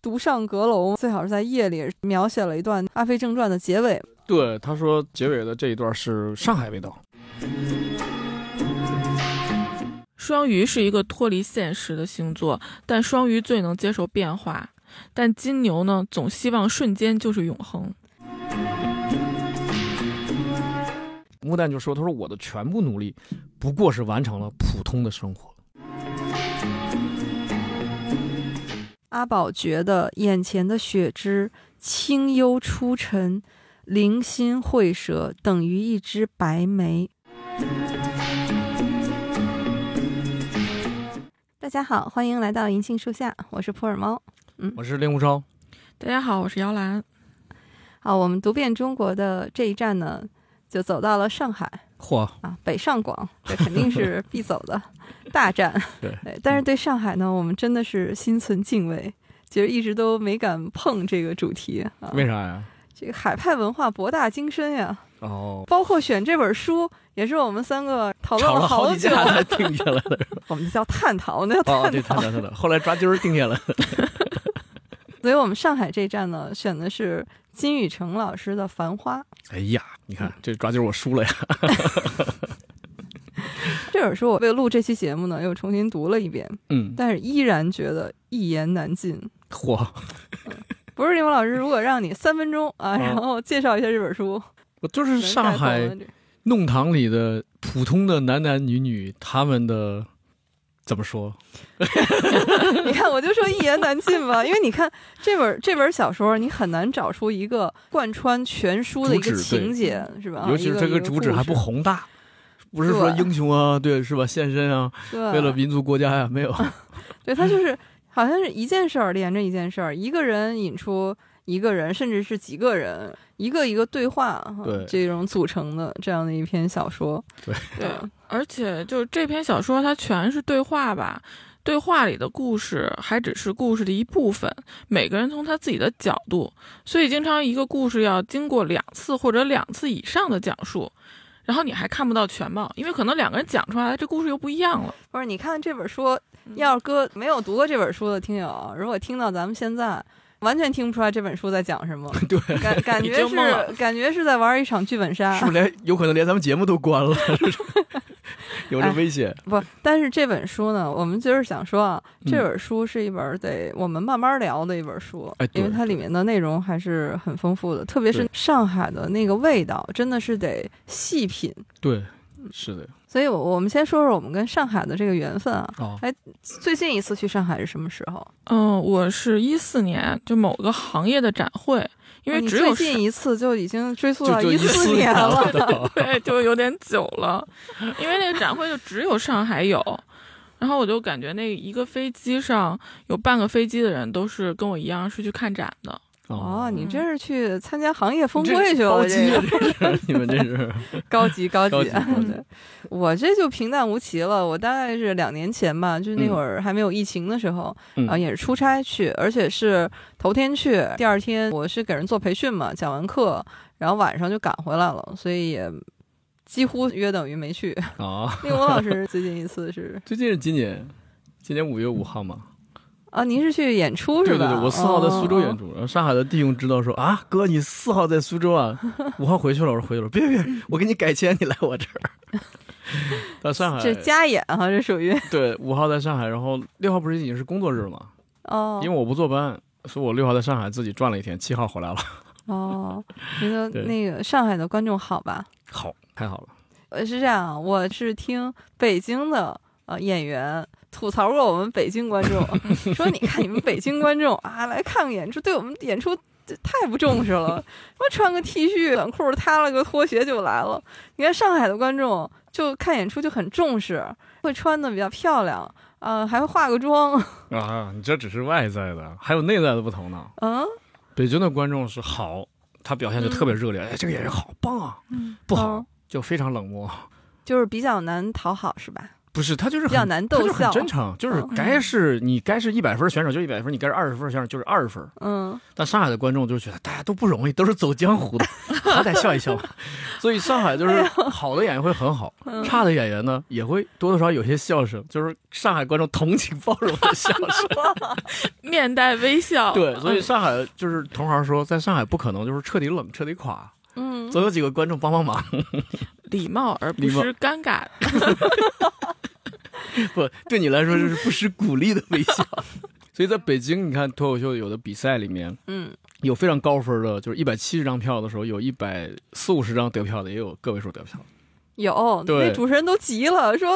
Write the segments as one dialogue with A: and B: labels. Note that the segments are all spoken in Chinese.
A: 独上阁楼最好是在夜里，描写了一段《阿飞正传》的结尾。
B: 对，他说结尾的这一段是上海味道。
C: 双鱼是一个脱离现实的星座，但双鱼最能接受变化，但金牛呢，总希望瞬间就是永恒。
B: 穆旦就说：“他说我的全部努力，不过是完成了普通的生活。”
A: 阿宝觉得眼前的雪枝清幽出尘，灵心会舍，等于一枝白梅。大家好，欢迎来到银杏树下，我是普洱猫。
B: 我是令狐冲，
C: 大家好，我是姚兰。
A: 好，我们读遍中国的这一站呢，就走到了上海
B: 嚯，
A: 啊，北上广，这肯定 是必走的大站。
B: 对嗯
A: 但是对上海呢，我们真的是心存敬畏，其实一直都没敢碰这个主题啊。
B: 为啥呀？
A: 这个海派文化博大精深呀，
B: 哦，
A: 包括选这本书，也是我们三个讨论
B: 吵了
A: 好
B: 好几
A: 久，
B: 架才定下来的。
A: 我们叫探讨，我们叫
B: 哦，
A: 探
B: 对，
A: 讨。
B: 他的他的，后来抓阄儿定下来了。
A: 所以我们上海这站呢，选的是金宇澄老师的《繁花》。
B: 哎呀，你看这抓阄儿我输了呀。
A: 这本书我为了录这期节目呢，又重新读了一遍，
B: 嗯，
A: 但是依然觉得一言难尽。
B: 嚯，
A: 不是李勇老师，如果让 你三分钟啊，
B: 嗯
A: 然后介绍一下这本书，
B: 我就是
A: 能
B: 上
A: 概括
B: 海
A: 完这
B: 弄堂里的普通的男男女女，他们的怎么说？
A: 你看，我就说一言难尽 吧，因为你看这本这本小说，你很难找出一个贯穿全书的一个
B: 主旨对
A: 情节，是吧？
B: 尤其是这
A: 啊一个
B: 主旨还不，宏大，不是
A: 对
B: 说英雄啊，对，是吧？献身啊，
A: 一个故事
B: 为
A: 对
B: 了民族国家呀，没有。
A: 对，它就是好像是一件事儿连着一件事儿，一个人引出一个人，甚至是几个人，一个一个对话，啊
B: 对
A: 这种组成的这样的一篇小说，
B: 对
A: 对。
C: 而且就是这篇小说，它全是对话吧？对话里的故事还只是故事的一部分，每个人从他自己的角度，所以经常一个故事要经过两次或者两次以上的讲述，然后你还看不到全貌，因为可能两个人讲出来这故事又不一样了。
A: 不是，你看这本书，
B: 嗯
A: 要是搁没有读过这本书的听友，如果听到咱们现在，完全听不出来这本书在讲 什么，
B: 对，
A: 感感
C: 已
A: 觉
C: 经懵
A: 是
C: 了
A: 感觉是在玩一场剧本杀
B: 是不。是连有可能连咱们节目都关 了？ 有这危险？
A: 不，但是这本书呢，我们就是想说啊，
B: 嗯
A: 这本书是一本得我们慢慢聊的一本书，
B: 哎对
A: 因为它里面的内容还是很丰富的，特别是
B: 对
A: 上海的那个味道，真的是得细品。
B: 对，是的
A: 所以我，我们先说说我们跟上海的这个缘分啊。
B: 啊，
A: 最近一次去上海是什么时候？
C: 嗯，我是一四年就某个行业的展会，因为
A: 哦你
C: 只有
A: 最近一次就已经追溯
B: 就
A: 到
B: 就
A: 四年了。
B: 了。
C: 对， 就有点久了，因为那个展会就只有上海有。然后我就感觉那一个飞机上有半个飞机的人都是跟我一样是去看展的，
A: 哦，你
C: 嗯
A: 这是去参加行业峰
B: 这
A: 会去
B: 包
A: 了，
B: 机
A: 这
B: 啊
A: 个
B: 这是你们这 是
A: 高级高级
B: 高级嗯高 级
A: 对，我这就平淡无奇了。我大概是两年前吧，就是那会儿还没有疫情的时候，
B: 嗯
A: 啊，也是出差去，而且是头天去，第二天我是给人做培训嘛，讲完课，然后晚上就赶回来了，所以也几乎约等于没去。
B: 啊？
A: 令狐老师最近一次是
B: 最近是今年，今年五月五号嘛？
A: 啊，您是去演出
B: 对
A: 是
B: 对
A: 吧？
B: 对，我四号在苏州
A: 哦
B: 演出，然后上海的弟兄知道说啊，哥你四号在苏州 啊，五号回去了。我说回去了，别别，别我给你改签，你来我这儿。 到上海
A: 这加演哈、这属于
B: 对五号在上海，然后六号不是已经是工作日了嘛？
A: 哦，
B: 因为我不坐班，所以我六号在上海自己转了一天，七号回来了。
A: 哦，觉得
B: 对
A: 那个上海的观众好吧？
B: 好，太好了。
A: 呃，是这样啊，我是听北京的呃演员吐槽过我们北京观 众，说你看你们北京观众啊，来看个演出，对我们演出这太不重视 了，什么穿个 T 恤、短裤、塌了个拖鞋就来了。你看上海的观众就看演出就很重视，会穿的比较漂亮。啊、还会化个妆，
B: 啊，你这只是外在的，还有内在的不同呢。
A: 嗯，
B: 北京的观众是好，他表现就特别热烈，哎，这个演员好棒啊！
C: 嗯
B: 不好、
A: 嗯
B: 就非常冷漠。
A: 就是比较难讨好，是吧？
B: 不是他就是
A: 比较
B: 很
A: 难
B: 他
A: 逗
B: 就
A: 笑
B: 很。真诚，就是
A: 嗯
B: 该是你该是一百分选手就一百分，你该是二十分选手就是二十分。
A: 嗯，
B: 但上海的观众就觉得大家都不容易，都是走江湖的， 好歹笑一笑吧。 所以上海就是好的演员会很好，差的演员呢也会多多少少有些笑声，就是上海观众同情包容的笑声。
C: 面带微笑。
B: 对，所以上海就是同行说，在上海不可能就是彻底冷、彻底垮，
A: 嗯，
B: 总有几个观众帮帮忙。
C: 礼貌而不
B: 礼貌
C: 是尴尬。
B: 不，对你来说这是不失鼓励的微笑。 所以在北京，你看脱口秀有的比赛里面，
A: 嗯，
B: 有非常高分的，就是一百七十张票的时候，有一百四五十张得票的，也有个位数得票的。
A: 有
B: 对
A: 那主持人都急了， 说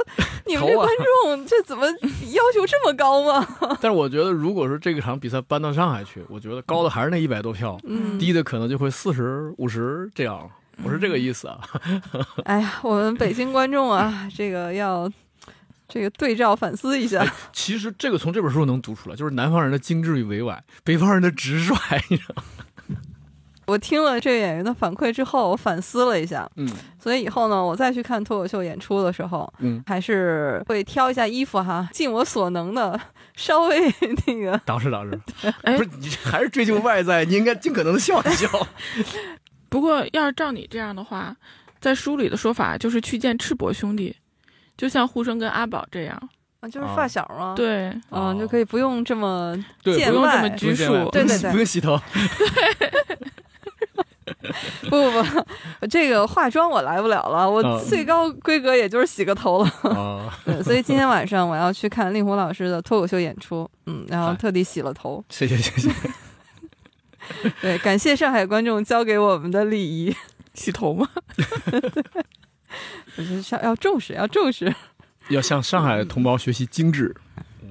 A: 你们这
B: 头啊
A: 观众这怎么要求这么高吗？
B: 但是我觉得，如果说这个场比赛搬到上海去，我觉得高的还是那一百多票，
A: 嗯，
B: 低的可能就会四十五十这样。我是这个意思啊，
A: 哎呀，我们北京观众啊，这个要这个对照反思一下。
B: 其实这个从这本书能读出来，就是南方人的精致与委婉，北方人的直率。 你知道吗
A: 我听了这演员的反馈之后，我反思了一下，
B: 嗯
A: 所以以后呢，我再去看脱口秀演出的时候，
B: 嗯，
A: 还是会挑一下衣服哈，尽我所能的稍微 那个
B: 导 师导师，
C: 哎
B: 不是你还是追求外在，你应该尽可能的笑 一笑。
C: 不过要是照你这样的话，在书里的说法就是去见赤膊兄弟，就像呼声跟阿宝这样。
A: 啊，就是
B: 啊
A: 发小嘛，，
C: 对，
A: 嗯，就可以不用这么
B: 对，
A: 见
B: 不用
C: 不用这么
A: 外
C: 拘束
B: 不用见外。
A: 对对对
B: 不用洗头。
A: 不不不，我这个化妆我来不了了，我
B: 嗯
A: 最高规格也就是洗个头了。
B: 啊，
A: 对，所以今天晚上我要去看令狐老师的脱口秀演出，嗯，然后
B: 嗨
A: 特地洗了头。
B: 谢谢谢谢。
A: 对，感谢上海观众教给我们的礼仪，
C: 洗头 吗？
A: 我就是要要重视，要重视。
B: 要向上海同胞学习精致。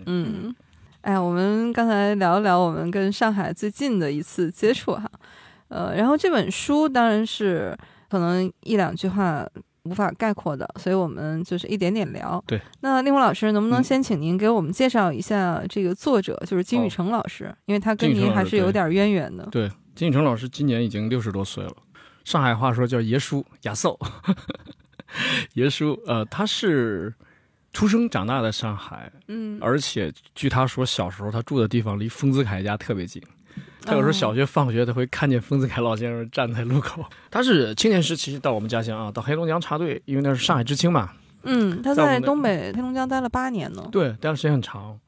A: 嗯，哎，我们刚才聊一聊我们跟上海最近的一次接触哈，呃，然后这本书当然是可能一两句话无法概括的，所以我们就是一点点聊。
B: 对，
A: 那令狐老师能不能
B: 嗯
A: 先请您给我们介绍一下这个作者，就是金宇
B: 哦
A: 澄老师，因为他跟
B: 金宇澄
A: 您
B: 老
A: 还
B: 师
A: 是有
B: 对
A: 点渊源的。
B: 对，金宇澄老师今年已经六十多岁了，上海话说叫爷叔亚寿， 爷叔，呃，他是出生长大在上海，
A: 嗯，
B: 而且据他说，小时候他住的地方离丰子恺家特别近。他有时候
A: 哦
B: 小学放学，他会看见丰子恺老先生站在路口。他是青年时期到我们家乡啊，到黑龙江插队，因为那是上海知青嘛，
A: 嗯，他
B: 在我
A: 在
B: 们的
A: 东北黑龙江待了八年呢。
B: 对，待的时间很长。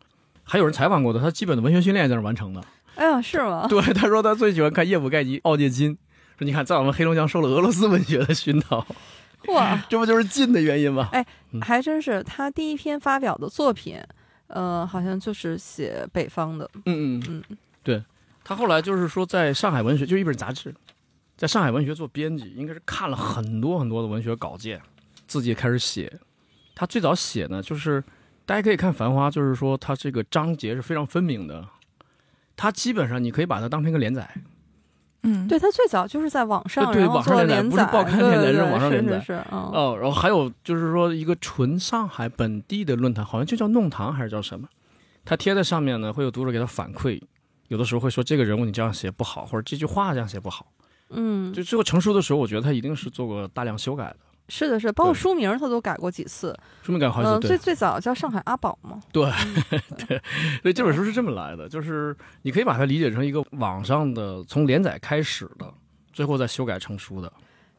B: 还有人采访过他，他基本的文学训练也在那儿完成的。
A: 哎呀，是吗？
B: 对，他说他最喜欢看叶甫盖尼、奥涅金，说你看，在我们黑龙江受了俄罗斯文学的熏陶，
A: 哇，
B: 这不就是近的原因吗？嗯
A: 还真是他第一篇发表的作品，呃，好像就是写北方的。
B: 嗯
A: 嗯
B: 嗯嗯，对。他后来就是说，在上海文学就一本杂志，在上海文学做编辑，应该是看了很多很多的文学稿件，自己也开始写。他最早写呢，就是大家可以看《繁花》，就是说他这个章节是非常分明的。他基本上你可以把它当成一个连载，
C: 嗯，
A: 对他最早就是在网上，
B: 对
A: 然后
B: 网上
A: 做
B: 连载
A: 连
B: 不是
A: 载，
B: 报刊
A: 对
B: 连载
A: 对
B: 是
A: 对
B: 网上连载
A: 是是嗯
B: 哦，然后还有就是说一个纯上海本地的论坛，好像就叫弄堂还是叫什么，他贴在上面呢，会有读者给他反馈，有的时候会说这个人物你这样写不好，或者这句话这样写不好。
A: 嗯，
B: 就最后成书的时候，我觉得他一定是做过大量修改的，
A: 是的是，包括
B: 对
A: 书名儿他都改过几次。
B: 说明改好
A: 嗯，
B: 几
A: 最
B: 次。
A: 最早叫《上海阿宝》嘛。
B: 对，所以这本书是这么来的，就是你可以把它理解成一个网上的从连载开始的，最后再修改成书的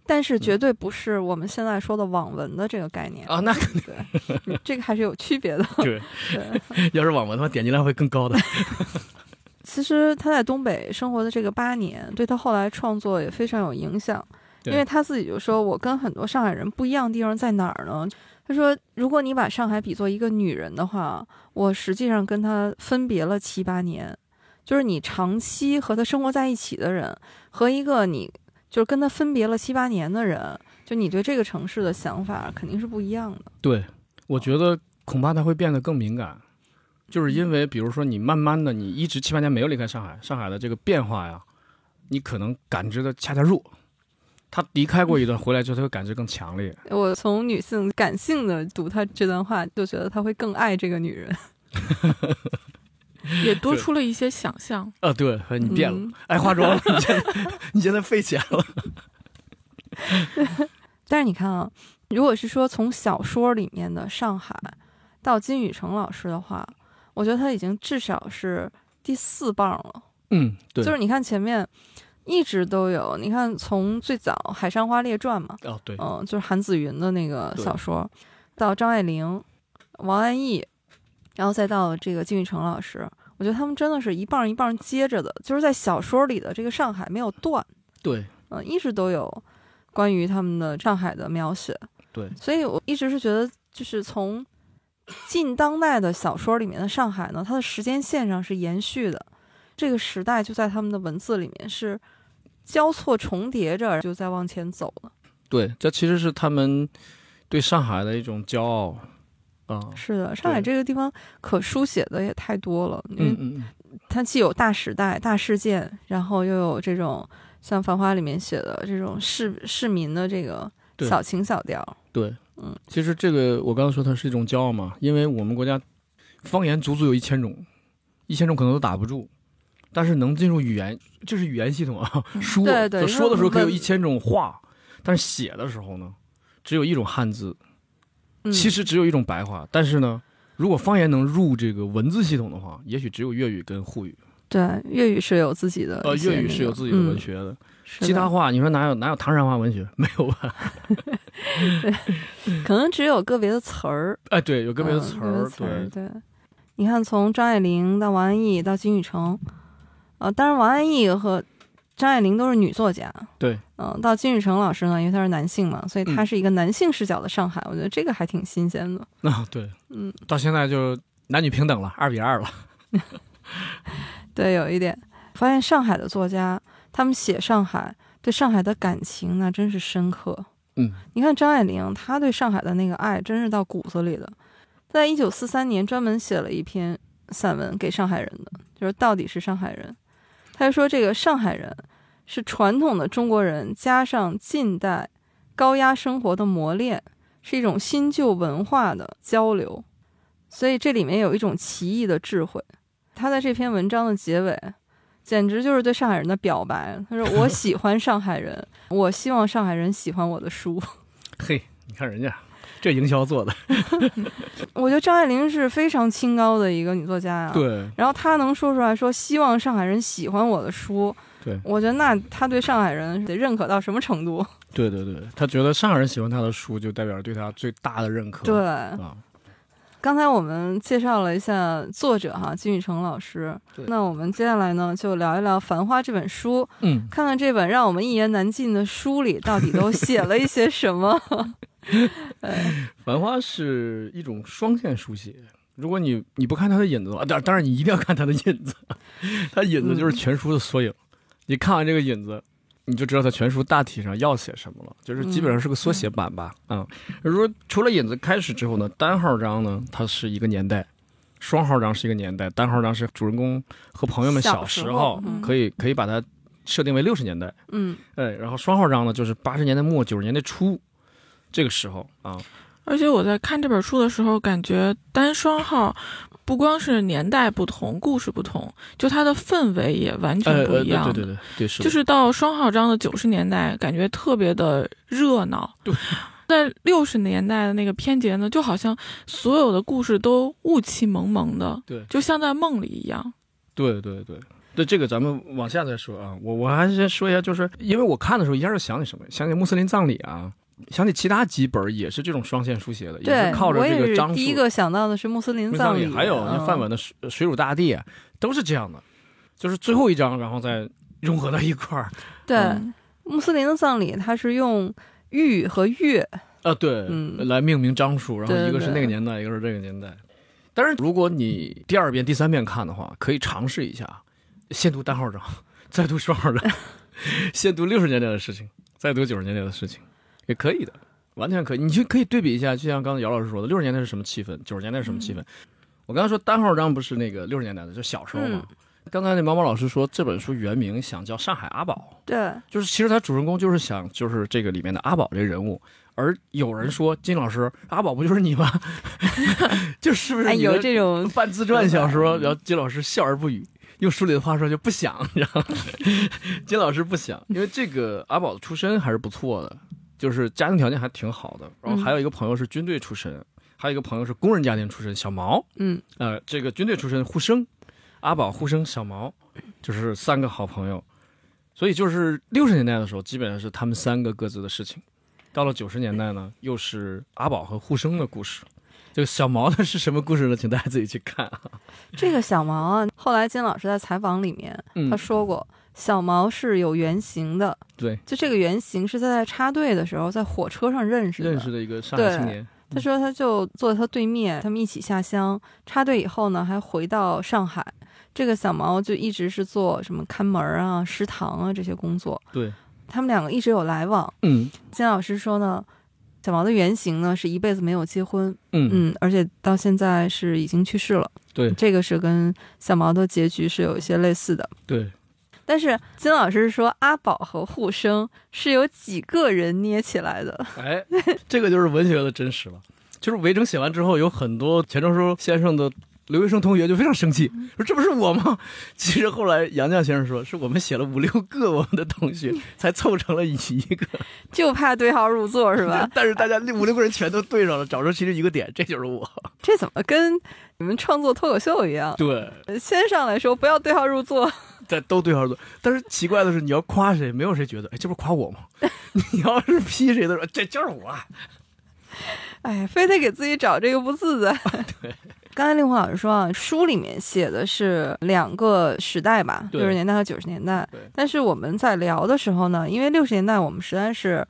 A: 但是绝对不是我们现在说的网文的这个概念，
B: 嗯啊。那
A: 对，这个还是有区别的。
B: 对，
A: 对，
B: 要是网文的话，点击量会更高的。
A: 其实他在东北生活的这个八年，对他后来创作也非常有影响，因
B: 对
A: 为他自己就说：“我跟很多上海人不一样的地方在哪儿呢？”他说：“如果你把上海比作一个女人的话，我实际上跟她分别了七八年，就是你长期和她生活在一起的人，和一个你就是跟她分别了七八年的人，就你对这个城市的想法肯定是不一样的。
B: 对，我觉得恐怕他会变得更敏感，就是因为比如说你慢慢的，你一直七八年没有离开上海，上海的这个变化呀，你可能感知的恰恰弱。他离开过一段，回来之后他会感知更强烈。
A: 我从女性感性的读她这段话，就觉得她会更爱这个女人。”
C: 也多出了一些想象。
B: 啊，对，你变了，
A: 嗯
B: 爱化妆了，你现在你现在费钱了。
A: 但是你看啊，如果是说从小说里面的上海到金宇澄老师的话，我觉得他已经至少是第四棒了。
B: 嗯， 对，
A: 就是你看前面一直都有，你看从最早《海上花列传》嘛，
B: 哦，对，
A: 嗯、就是韩子云的那个
B: 对
A: 小说，到张爱玲、王安忆，然后再到这个金宇澄老师，我觉得他们真的是一棒一棒接着的，就是在小说里的这个上海没有断，
B: 对，
A: 嗯、一直都有关于他们的上海的描写。
B: 对，
A: 所以我一直是觉得，就是从近当代的小说里面的上海呢，它的时间线上是延续的，这个时代就在他们的文字里面是交错重叠着，就在往前走了。
B: 对，这其实是他们对上海的一种骄傲啊。
A: 是的，上海这个地方可书写的也太多了，因
B: 嗯
A: 为
B: 嗯，
A: 它既有大时代、大事件，然后又有这种像《繁花》里面写的这种市市民的这个
B: 对
A: 小情小调。
B: 对，
A: 嗯，
B: 其实这个我刚刚说它是一种骄傲嘛，因为我们国家方言足足有一千种，一千种可能都打不住，但是能进入语言，这是语言系 统啊，
C: 嗯
B: 说
A: 对对
B: 就说的时候可
A: 因
B: 以有
A: 为我们
B: 一千种话，但是写的时候呢，只有一种汉字，
A: 嗯，
B: 其实只有一种白话，但是呢。如果方言能入这个文字系统的话，也许只有粤语跟沪语。
A: 对粤语是有自己的
B: 呃，
A: 一些
B: 粤语
A: 那
B: 是
A: 个
B: 有自己的文
A: 嗯
B: 学的，
A: 是的嗯
B: 其他话你说哪有哪有唐山话文学？没有吧？
A: 可能只有个别的词儿，
B: 哎，对，有个别的
A: 嗯
B: 词
A: 个别
B: 儿，
A: 词儿对。你看，从张爱玲到王安忆到金宇澄，呃，当然王安忆和张爱玲都是女作家，
B: 对，
A: 嗯、到金宇澄老师呢，因为他是男性嘛，所以他
B: 嗯
A: 是一个男性视角的上海，我觉得这个还挺新鲜的。
B: 那、啊、对，
A: 嗯，
B: 到现在就男女平等了，二比二了。
A: 对，有一点发现上海的作家，他们写上海对上海的感情那真是深刻。
B: 嗯，
A: 你看张爱玲，她对上海的那个爱真是到骨子里的。她在一九四三年专门写了一篇散文给上海人的，就是到底是上海人。她就说这个上海人是传统的中国人加上近代高压生活的磨练，是一种新旧文化的交流，所以这里面有一种奇异的智慧。她在这篇文章的结尾，简直就是对上海人的表白。她说：“ 我喜欢上海人，我希望上海人喜欢我的书。”
B: 嘿，你看人家这营销做的，
A: 我觉得张爱玲是非常清高的一个女作家呀、。
B: 对
A: 然后她能说出来说希望上海人喜欢我的书，
B: 对
A: 我觉得那她对上海人得认可到什么程度？
B: 对对对，他觉得上海人喜欢他的书，就代表对他最大的认可。
A: 对，
B: 啊，
A: 刚才我们介绍了一下作者哈金宇澄老师
B: 对，
A: 那我们接下来呢就聊一聊《繁花》这本书，
B: 嗯，
A: 看看这本让我们一言难尽的书里到底都写了一些什 么。呃
B: 繁花是一种双线书写。如果你你不看他的引子的话，当当然你一定要看他的引子， 他引子就是全书的缩影。你看完这个引子，你就知道他全书大体上要写什么了，就是基本上是个缩写版吧。嗯，如果除了引子开始之后呢，单号章呢，它是一个年代，双号章是一个年代，单号章是主人公和朋友们小时
A: 小
B: 候
A: 时候，嗯
B: 可以可以把它设定为六十年代。
A: 嗯，
B: 哎，然后双号章呢，就是八十年代末九十年代初这个时候啊，
C: 而且我在看这本书的时候，感觉单双号不光是年代不同、故事不同，就它的氛围也完全不一样。
B: 呃对对对对，是的
C: 就是到双号章的九十年代，感觉特别的热闹。
B: 对，
C: 在六十年代的那个篇节呢，就好像所有的故事都雾气蒙蒙的，
B: 对
C: 就像在梦里一样。
B: 对对对对，这个咱们往下再说啊。我我还是先说一下，就是因为我看的时候一下就想起什么，想起穆斯林葬礼啊，想起其他几本也是这种双线书写的，也
A: 对，
B: 是靠着
A: 我
B: 这
A: 也
B: 个
A: 是
B: 章数。
A: 第一个想到的是穆斯林
B: 穆斯林
A: 葬
B: 葬礼还有
A: 嗯
B: 那范文的《水水乳大地》，都是这样的，就是最后一章，然后再融合到一块儿。
A: 对、
C: 嗯
A: 穆斯林的葬礼，它是用玉和月，
B: 啊，对，
A: 嗯
B: 来命名章数，然后
A: 对
B: 一个是那个年代，一个是这个年代。但是如果你第二遍、第三遍看的话，可以尝试一下，先读单号章，再读双号章， 先读六十年代的事情，再读九十年代的事情，也可以的，完全可以。你就可以对比一下，就像刚才姚老师说的，六十年代是什么气氛，九十年代是什么
A: 嗯
B: 气氛。我刚才说单号章不是那个六十年代的，就小时候嘛。
A: 嗯
B: 刚才那毛毛老师说，这本书原名想叫《上海阿宝》。
A: 对，
B: 就是其实他主人公就是想就是这个里面的阿宝这个人物，而有人说金老师阿宝不就是你吗？ 就是不是
A: 哎，
B: 你的
A: 有这嗯种
B: 半自传小说？然后金老师笑而不语，用书里的话说就不想，你知道吗？金老师不想，因为这个阿宝的出身还是不错的，就是家庭条件还挺好的。然后还有一个朋友是军队出身，还有一个朋友是工人家庭出身，小毛，
A: 嗯，
B: 呃，这个军队出身，护生，阿宝、护生、小毛，就是三个好朋友。所以就是六十年代的时候，基本上是他们三个各自的事情。到了九十年代呢，又是阿宝和护生的故事。这个小毛的是什么故事呢？请大家自己去看啊。
A: 这个小毛啊，后来金老师在采访里面
B: 嗯
A: 他，说过，小毛是有原型的，
B: 对，
A: 就这个原型是他在插队的时候在火车上认识的。
B: 认识的一个上海
A: 对
B: 青年，
A: 他说他就坐在他对面，他们一起下乡插队以后呢，还回到上海。这个小毛就一直是做什么看门啊、食堂啊这些工作，
B: 对，
A: 他们两个一直有来往。
B: 嗯
A: 金老师说呢，小毛的原型呢是一辈子没有结婚，
B: 嗯
A: 嗯，而且到现在是已经去世了。嗯
B: 对
A: 这个是跟小毛的结局是有一些类似的。
B: 对，
A: 但是金老师说，阿宝和护生是由几个人捏起来的。
B: 哎，这个就是文学的真实了。就是维整写完之后，有很多钱钟书先生的留学生同学就非常生气，说这不是我吗？ 其实后来杨绛先生说，是我们写了五六个我们的同学，才凑成了一个，
A: 就怕对号入座是吧？
B: 但是大家那五六个人全都对上了，找出其实一个点，这就是 我。
A: 这怎么跟你们创作脱口秀一样？
B: 对，
A: 先上来说不要对号入座，
B: 但都对号入座。但是奇怪的是，你要夸谁，没有谁觉得，哎，这不是夸我 吗？你要是批谁的时候，这就是我。
A: 哎，非得给自己找这个不自 在。刚才令狐老师说啊，书里面写的是两个时代吧，
B: 对
A: 六十年代和九十年代
B: 对。
A: 但是我们在聊的时候呢，因为六十年代我们实在是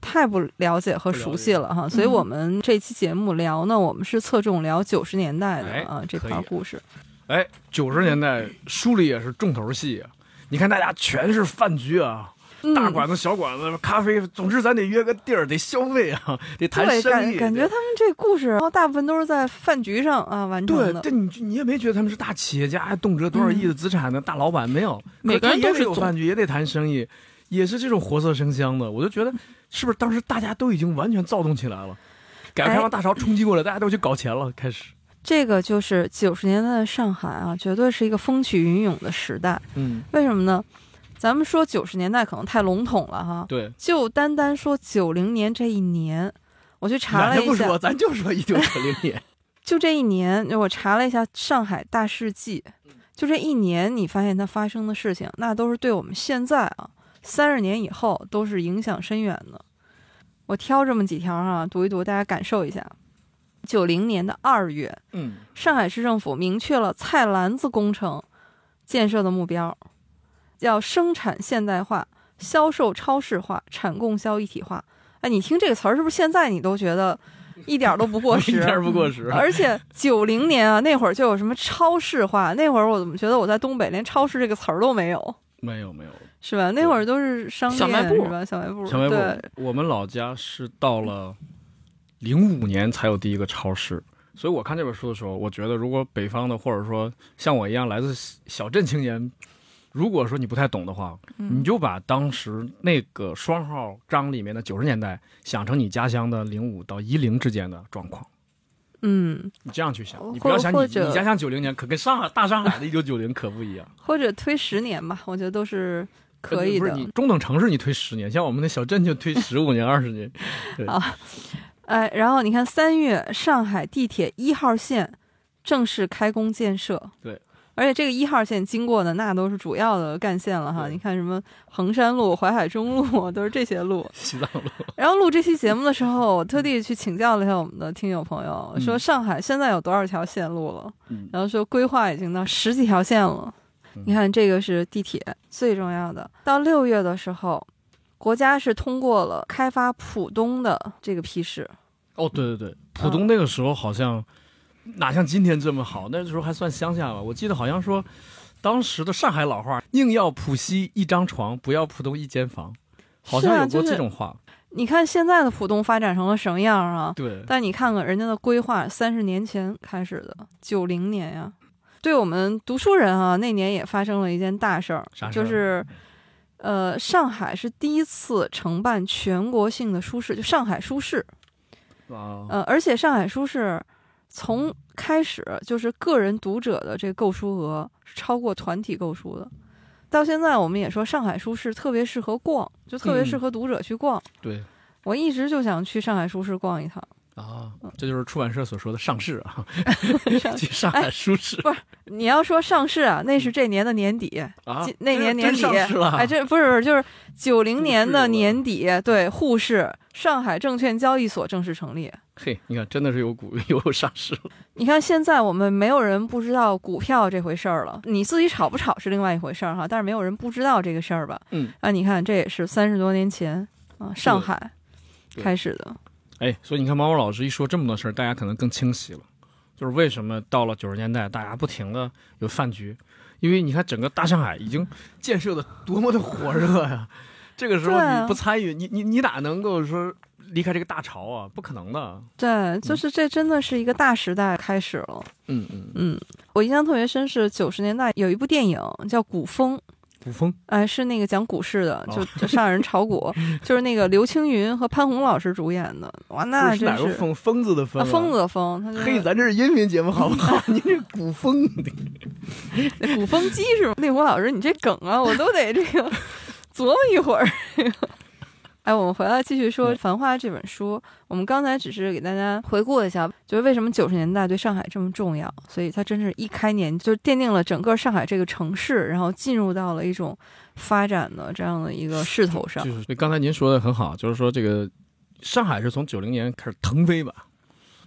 A: 太不了解和熟悉了
B: 嗯
A: 哈，所以我们这期节目聊呢，我们是侧重聊九十年代的
B: 哎
A: 啊这
B: 可
A: 块
B: 以
A: 故事。
B: 哎，九十年代书里也是重头戏啊！你看大家全是饭局啊，大
A: 嗯，
B: 馆子、小馆子、咖啡，总之咱得约个地儿，得消费 啊，得谈
A: 对，
B: 生
A: 感
B: 意。
A: 感觉他们这故事，然后大部分都是在饭局上啊完成
B: 对
A: 的，。
B: 这你你也没觉得他们是大企业家，动辄多少亿的资产的大老板，没有，
A: 嗯
C: 每个
B: 可
C: 人都
B: 他也得
C: 是
B: 有
C: 总
B: 饭局，也得谈生意，也是这种活色生香的。我就觉得，是不是当时大家都已经完全躁动起来了？改革
A: 哎
B: 开放大潮冲击过来，大家都去搞钱了，开始。
A: 这个就是九十年代的上海啊，绝对是一个风起云涌的时代。
B: 嗯，
A: 为什么呢？咱们说九十年代可能太笼统了哈，
B: 对。
A: 就单单说九零年这一年，我去查
B: 懒
A: 了
B: 得不
A: 一
B: 说，
A: 下，
B: 咱就说一九九零 年。
A: 就这一年，我查了一下上海大事记，
B: 嗯
A: 就这一年，你发现它发生的事情，那都是对我们现在啊，三十年以后都是影响深远的。我挑这么几条啊，读一读，大家感受一下。九零年的二月，
B: 嗯，
A: 上海市政府明确了菜篮子工程建设的目标，要生产现代化、销售超市化、产供销一体化。哎，你听这个词儿，是不是现在你都觉得一点儿都不过
B: 一
A: 时？嗯
B: 点儿不过时。
A: 而且九零年啊，那会儿就有什么超市化，那会儿我怎么觉得我在东北连超市这个词儿都没有，
B: 没有没有，
A: 是吧？那会儿都是商店，
C: 小卖部
A: 是吧？小卖部，
B: 小卖
A: 对，
B: 部，我们老家是到了零五年才有第一个超市，所以我看这本书的时候，我觉得如果北方的或者说像我一样来自小镇青年，如果说你不太懂的话，
A: 嗯
B: 你就把当时那个双号章里面的九十年代想成你家乡的零五到一零之间的状况。
A: 嗯，
B: 你这样去想
A: 或，
B: 你不要想你
A: 或
B: 你
A: 者
B: 家乡九零年可跟上海大上海的一九九零可不一样，
A: 或者推十年吧，我觉得都是可以
B: 不
A: 的
B: 是。你中等城市你推十年，像我们那小镇就推十五年二十年。
A: 哎，然后你看，三月上海地铁一号线正式开工建设。
B: 对。
A: 而且这个一号线经过的那都是主要的干线了哈，
B: 对
A: 你看什么衡山路、淮海中路 都是这些 路。
B: 西藏路，
A: 然后录这期节目的时候，我特地去请教了一下我们的听友朋友，说
B: 嗯
A: 上海现在有多少条线路了？
B: 嗯
A: 然后说规划已经到十几条线了。
B: 嗯
A: 你看，这个是地铁最重要的。到六月的时候，国家是通过了开发浦东的这个批示，
B: 哦，对对对，
A: 嗯
B: 浦东那个时候好像、哪像今天这么好，那时候还算乡下吧。我记得好像说，当时的上海老话“宁要浦西一张床，不要浦东一间房”，好
A: 是
B: 像
A: 啊
B: 有过
A: 就是
B: 这种话。
A: 你看现在的浦东发展成了什么样啊？
B: 对，
A: 但你看看人家的规划，三十年前开始的，九零年呀、对我们读书人啊，那年也发生了一件大事儿
B: 啥，事儿啊
A: 就是，呃，上海是第一次承办全国性的书市，就上海书市，
B: 啊、
A: 呃，而且上海书市从开始就是个人读者的这个购书额是超过团体购书的，到现在我们也说上海书市特别适合逛，就特别适
B: 嗯
A: 合读者去逛。
B: 对，
A: 我一直就想去上海书市逛一趟，
B: 啊，这就是出版社所说的上市啊， 去上
A: 哎
B: 海书市
A: 你要说上市啊，那是这年的年底，
B: 嗯啊
A: 今，那
B: 这
A: 年年
B: 真
A: 底
B: 上市了，
A: 哎，这不是不是就是九零年
B: 这个
A: 的
B: 是
A: 年底，对，沪市上海证券交易所正式成立。
B: 嘿，你看真的是有股有上市了，
A: 你看，现在我们没有人不知道股票这回事儿了。你自己炒不炒是另外一回事儿哈，但是没有人不知道这个事儿吧？
B: 嗯，
A: 啊，你看这也是三十多年前啊，上海
B: 对
A: 开始的。
B: 哎，所以你看猫猫老师一说这么多事儿，大家可能更清晰了，就是为什么到了九十年代，大家不停的有饭局，因为你看整个大上海已经建设的多么的火热呀、这个时候
A: 对啊
B: 你不参与，你你你哪能够说离开这个大潮啊？不可能的，
A: 对，就是这真的是一个大时代开始了。
B: 嗯嗯，
A: 嗯，我印象特别深是九十年代有一部电影叫《古风》，
B: 古风
A: 哎，是那个讲股市的，就
B: 哦
A: 就上海人炒 股，就是那个刘青云和潘虹老师主演的。哇，那
B: 是
A: 真
B: 哪个疯疯子的疯、
A: 啊，疯子的疯，他
B: 嘿，
A: 就是
B: 咱这是音频节目好不 好？您这古风的，
A: 那鼓风机是吧？那胡老师，你这梗啊，我都得这 个琢磨一会儿。 哎，我们回来继续说
B: 嗯
A: 《繁花》这本书。我们刚才只是给大家回顾一下，就是为什么九十年代对上海这么重要，所以它真是一开年就奠定了整个上海这个城市，然后进入到了一种发展的这样的一个势头上。
B: 就是刚才您说的很好，就是说这个上海是从九零年开始腾飞吧。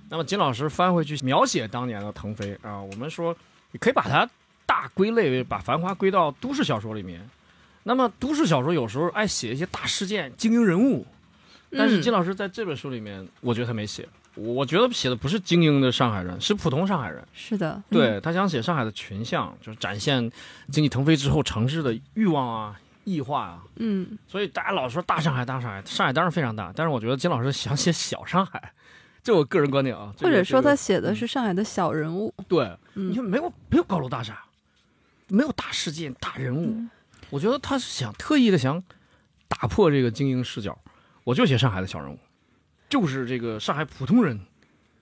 B: 那么金老师翻回去描写当年的腾飞啊，我们说你可以把它大归类为把《繁花》归到都市小说里面。那么都市小说有时候爱写一些大事件、精英人物，但
A: 嗯
B: 是金老师在这本书里面，我觉得他没写。我我觉得写的不是精英的上海人，是普通上海人。
A: 是的，嗯，
B: 对他想写上海的群像，就是展现经济腾飞之后城市的欲望啊、异化啊。
A: 嗯，
B: 所以大家老说大上海、大上海，上海当然非常大，但是我觉得金老师想写小上海， 这我个人观点啊。这
A: 或
B: 个
A: 者说
B: 这
A: 他
B: 个
A: 写的是上海的小人物，
B: 对，你
A: 嗯
B: 看没有没有高楼大厦，没有大事件、大人物，
A: 嗯
B: 我觉得他是想特意的想打破这个精英视角，我就写上海的小人物，就是这个上海普通人，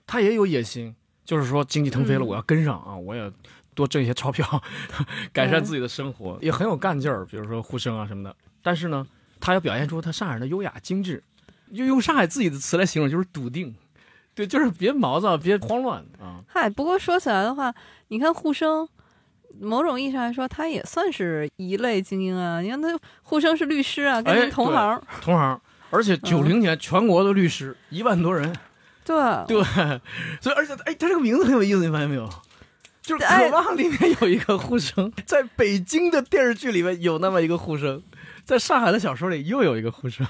B: 他也有野心，就是说经济腾飞了，
A: 嗯
B: 我要跟上啊，我也多挣一些钞票， 改善
A: 对
B: 自己的生活，
A: 嗯
B: 也很有干劲儿，比如说呼声啊什么的。但是呢，他要表现出他上海人的优雅精致，就用上海自己的词来形容，就是笃定。对，就是别毛躁，别慌乱啊！
A: 嗨，不过说起来的话，你看沪生，某种意义上来说，他也算是一类精英啊。你看他沪生是律师啊，跟
B: 哎
A: 您同
B: 对
A: 行儿，
B: 同行，而且九零年全国的律师一万多人，
A: 对
B: 对，所以而且哎，他这个名字很有意思，你发现没有？就是《
A: 哎
B: 渴望》里面有一个呼 声，在北京的电视剧里面有那么一个呼声，在上海的小说里又有一个呼声，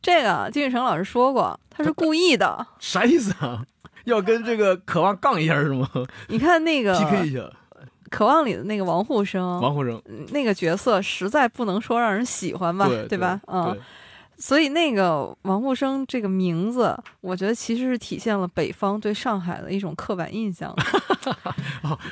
A: 这个啊金宇澄老师说过，他是故意 的。
B: 啥意思啊？要跟这个《渴望》杠一下是吗
A: 你看那个
B: ？PK
A: 《
B: 一下，
A: 渴望》里的那个王沪生，
B: 王沪生，
A: 那个角色实在不能说让人喜欢吧，
B: 对
A: 吧？嗯
B: 对，，
A: 所以那个王沪生这个名字，我觉得其实是体现了北方对上海的一种刻板印象。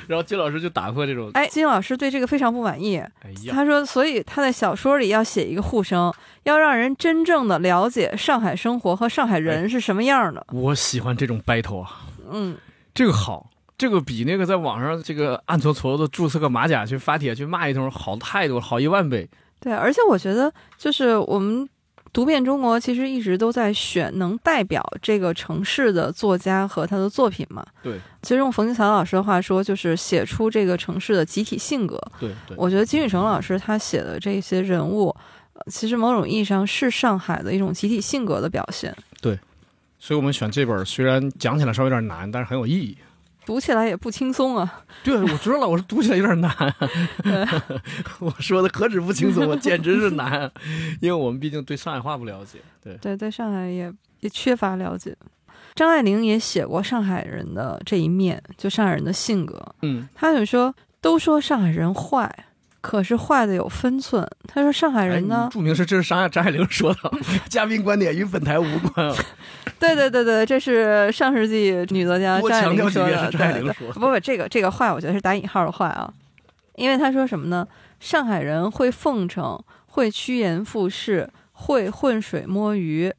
B: 然后金老师就打破这种，
A: 哎，金老师对这个非常不满意。
B: 哎呀，
A: 他说，所以他在小说里要写一个沪生，要让人真正的了解上海生活和上海人是什么样的。
B: 我喜欢这种 battle 啊。
A: 嗯，
B: 这个好，这个比那个在网上这个暗搓搓的注册个马甲去发帖去骂一通好太多了，好一万倍。
A: 对，而且我觉得就是我们。读遍中国其实一直都在选能代表这个城市的作家和他的作品嘛。
B: 对
A: 其实用冯骥才老师的话说，就是写出这个城市的集体性格。
B: 对对，
A: 我觉得金宇澄老师他写的这些人物，呃其实某种意义上是上海的一种集体性格的表现。
B: 所以我们选这本虽然讲起来稍微有点难，但是很有意义。
A: 读起来也不轻松啊。
B: 对，我知道了，我说读起来有点难， 我说的何止不轻松，我简直是难， 因为我们毕竟对上海话不了解。对，
A: 对，对上海也也缺乏了解。张爱玲也写过上海人的这一面，就上海人的性格。
B: 嗯，
A: 她就说：“都说上海人坏，可是坏的有分寸。”她说：“上海人
B: 哎
A: 呢
B: 你，注明是这是张张爱玲说的， 嘉宾观点与本台无关啊，
A: 对对对对，这是上世纪女作家
B: 多
A: 张爱
B: 强调
A: 呃玲
B: 几
A: 说
B: 遍
A: 的。
B: 是
A: 对
B: 张爱
A: 对
B: 玲说
A: 不
B: 的。
A: 不，这个这个坏，我觉得是打引号的坏啊，因为他说什么呢？上海人会奉承，会趋炎附势，会浑水摸鱼，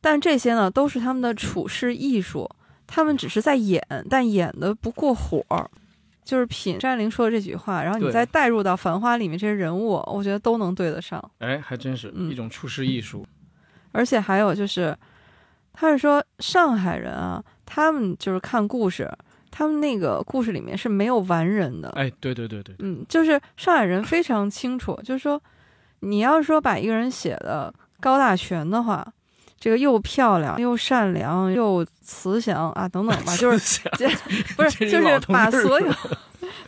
A: 但这些呢，都是他们的处世艺术，他们只是在演，但演的不过火儿。就是品张爱玲说的这句话，然后你
B: 对
A: 再带入到《繁花》里面这些人物，我觉得都能对得上。
B: 哎，还真是
A: 嗯
B: 一种处世艺术。
A: 而且还有就是，他是说上海人啊，他们就是看故事，他们那个故事里面是没有完人的。
B: 哎，对对对对，
A: 嗯，就是上海人非常清楚，就是说，你要是说把一个人写的高大全的话，这个又漂亮又善良又慈祥啊等等 吧，就是
B: 是
A: 不
B: 这
A: 是就
B: 一老
A: 是
B: 头
A: 把
B: 儿
A: 所有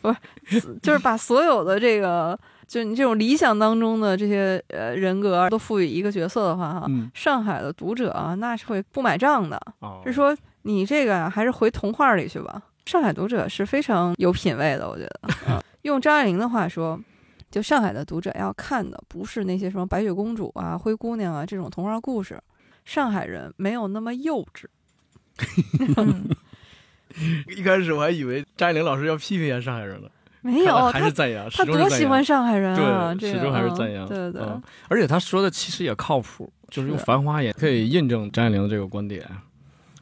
A: 不是就是把所有的这个就你这种理想当中的这些呃人格都赋予一个角色的话哈，
B: 嗯，
A: 上海的读者啊那是会不买账的，
B: 哦，
A: 是说你这个啊还是回童话里去吧。上海读者是非常有品位的，我觉得。嗯用张爱玲的话说，就上海的读者要看的不是那些什么白雪公主啊、灰姑娘啊这种童话故事，上海人没有那么幼稚。
C: 嗯，
B: 一开始我还以为张爱玲老师要批评一下上海人了，
A: 没
B: 看来
A: 有，
B: 还
A: 他
B: 是赞扬，
A: 他
B: 始终是
A: 多
B: 赞
A: 喜
B: 扬
A: 欢上海人啊！
B: 对，
A: 这
B: 始
A: 个
B: 终还是
A: 嗯
B: 赞扬。
A: 对对
B: 嗯，而且他说的其实也靠谱，就是用
A: 是
B: 繁花也可以印证张爱玲的这个观点。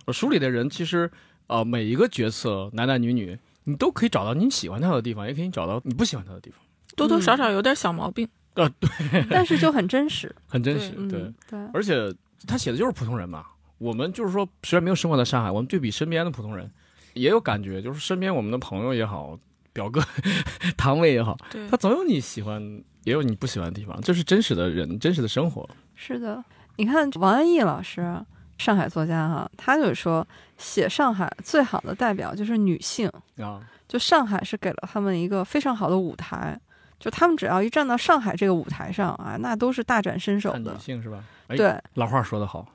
B: 我书里的人其实，呃，每一个角色，男男女女，你都可以找到你喜欢他的地方，也可以找到你不喜欢他的地方，
C: 多多
B: 嗯
C: 少少有点小毛病。
A: 但是就很真实。
B: 很真实。
A: 嗯，
B: 对，
A: 对，
B: 而且他写的就是普通人嘛。我们就是说，虽然没有生活在上海，我们对比身边的普通人，也有感觉，就是身边我们的朋友也好，表哥、堂妹也好，
C: 对
B: 他，总有你喜欢，也有你不喜欢的地方，这是真实的人，真实的生活。
A: 是的。你看王安忆老师，上海作家哈、他就说写上海最好的代表就是女性。
B: 啊，
A: 就上海是给了他们一个非常好的舞台，就他们只要一站到上海这个舞台上啊，那都是大展身手
B: 看女
A: 的。
B: 性是吧？哎，
A: 对
B: 老话说得好，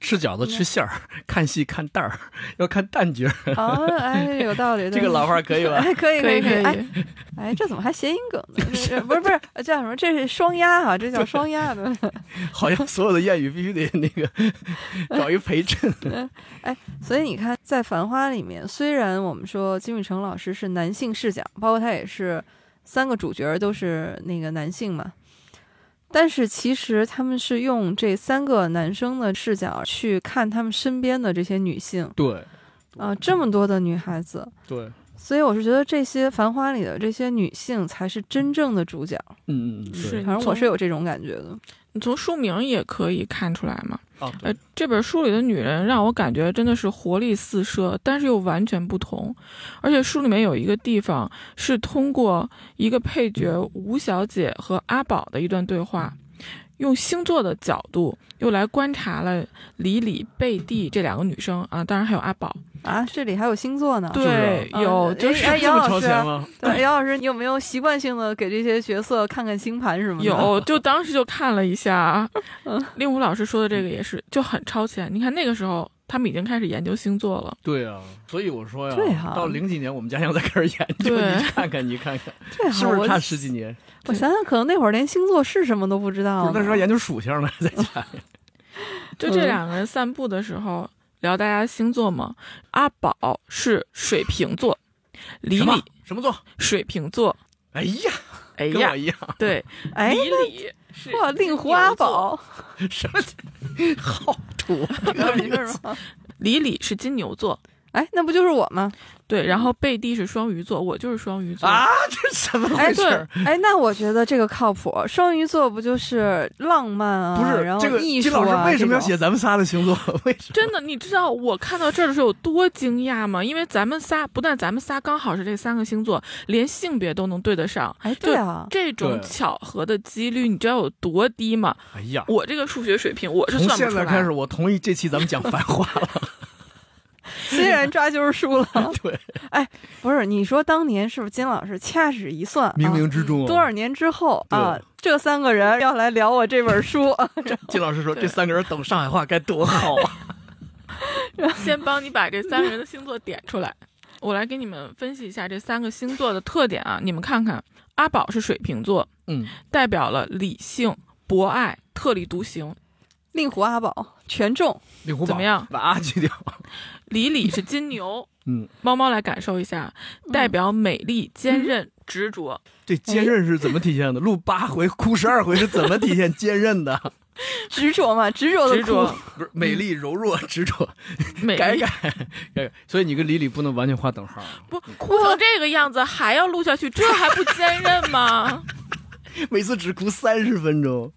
B: 吃饺子吃馅儿，看戏看蛋儿，要看旦角儿。
A: 啊，哎，有 道理。
B: 这个
A: 对
B: 老话可以吧？
A: 哎， 可以
C: 可以
A: 以
C: 可
A: 可
C: 以，
A: 哎哎，这怎么还谐音梗呢？这这不是不是呃叫什么？这是双押啊，这叫双押的。
B: 好像所有的谚语必须得那个找一陪衬。
A: 所以你看，在《繁花》里面，虽然我们说金宇澄老师是男性视角，包括他也是三个主角都是那个男性嘛，但是其实他们是用这三个男生的视角去看他们身边的这些女性
B: 对
A: 啊、这么多的女孩子，
B: 对，
A: 所以我是觉得这些《繁花》里的这些女性才是真正的主角，
B: 嗯嗯嗯，对
C: 是
A: 反正我是有这种感觉的。
C: 你从书名也可以看出来嘛。
B: 啊，
C: 呃
B: 对，
C: 这本书里的女人让我感觉真的是活力四射，但是又完全不同。而且书里面有一个地方是通过一个配角吴小姐和阿宝的一段对话，用星座的角度又来观察了李李、贝蒂这两个女生啊，当然还有阿宝。
A: 啊，这里还有星座呢。
C: 对，
A: 啊
C: 有就
A: 哎
C: 是
A: 哎杨
B: 这么
A: 老
B: 超
A: 师，
B: 前吗？
A: 对杨老师，你有没有习惯性的给这些角色看看星盘什么的？
C: 有，就当时就看了一下啊
A: 嗯，
C: 令狐老师说的这个也是就很超前。你看那个时候他们已经开始研究星座了，
B: 对啊，所以我说呀，
A: 对啊
B: 到零几年我们家乡才开始研究，
C: 对
B: 你看看，你看看，
A: 对啊，
B: 是不是
A: 我
B: 看十几年？
A: 我想想，可能那会儿连星座是什么都不知
B: 不
A: 道呢。
B: 是那时候研究属相呢，在家。
C: 就这两个人散步的时候聊大家星座嘛，阿宝是水瓶座，李
B: 什么
C: 李
B: 什么座？
C: 水瓶座，
B: 哎呀，
C: 哎
B: 跟
C: 呀
B: 我，一样，
C: 对，
A: 哎，
C: 李李是
A: 哇，令狐阿宝，
B: 什么好土？啊
A: 没事吗？
C: 李李是金牛座，
A: 哎，那不就是我吗？
C: 对，然后贝蒂是双鱼座，我就是双鱼座
B: 啊，这是怎么
A: 哎，
B: 回事
A: 对
B: 儿？，
A: 哎，那我觉得这个靠谱。双鱼座不就是浪漫啊，
B: 不是
A: 然
B: 这
A: 后
B: 个
A: 艺
B: 金
A: 术啊？
B: 老师为什么
A: 这种
B: 要写咱们仨的星座？为什么？
C: 真的，你知道我看到这儿的时候有多惊讶吗？因为咱们仨不但咱们仨刚好是这三个星座，连性别都能对得上，
A: 哎，对啊，
C: 这种
B: 对
C: 巧合的几率你知道有多低吗？
B: 哎呀，
C: 我这个数学水平我是
B: 从
C: 算不
B: 现
C: 出
B: 在
C: 来。
B: 开始，我同意这期咱们讲 繁花了。
A: 虽然抓阄输 了，
B: 对，
A: 不是你说当年是不是金老师掐指一算，
B: 冥
A: 啊
B: 冥之中啊，
A: 多少年之后
B: 对
A: 啊，这三个人要来聊我这本书，
B: 金老师说
C: 对
B: 这三个人懂上海话该多好啊！
C: 先帮你把这三个人的星座点出来，我来给你们分析一下这三个星座的特点啊，你们看看，阿宝是水瓶座，
B: 嗯，
C: 代表了理性、博爱、特立独行；
A: 令狐阿宝全中，
B: 令狐宝
C: 怎么样？
B: 把阿去掉。
C: 李李是金牛，
B: 嗯，
C: 猫猫来感受一下，代表美丽、坚韧、执着。
B: 这坚韧是怎么体现的？录八回，哭十二回是怎么体现坚韧的？
A: 执着嘛，执着的
C: 执着
A: 哭，
B: 不是美丽、柔弱、执着，
C: 美
B: 改
C: 丽
B: 改改改。所以你跟李李不能完全画等号啊。
C: 哭成这个样子还要录下去，这还不坚韧吗？
B: 每次只哭三十分钟。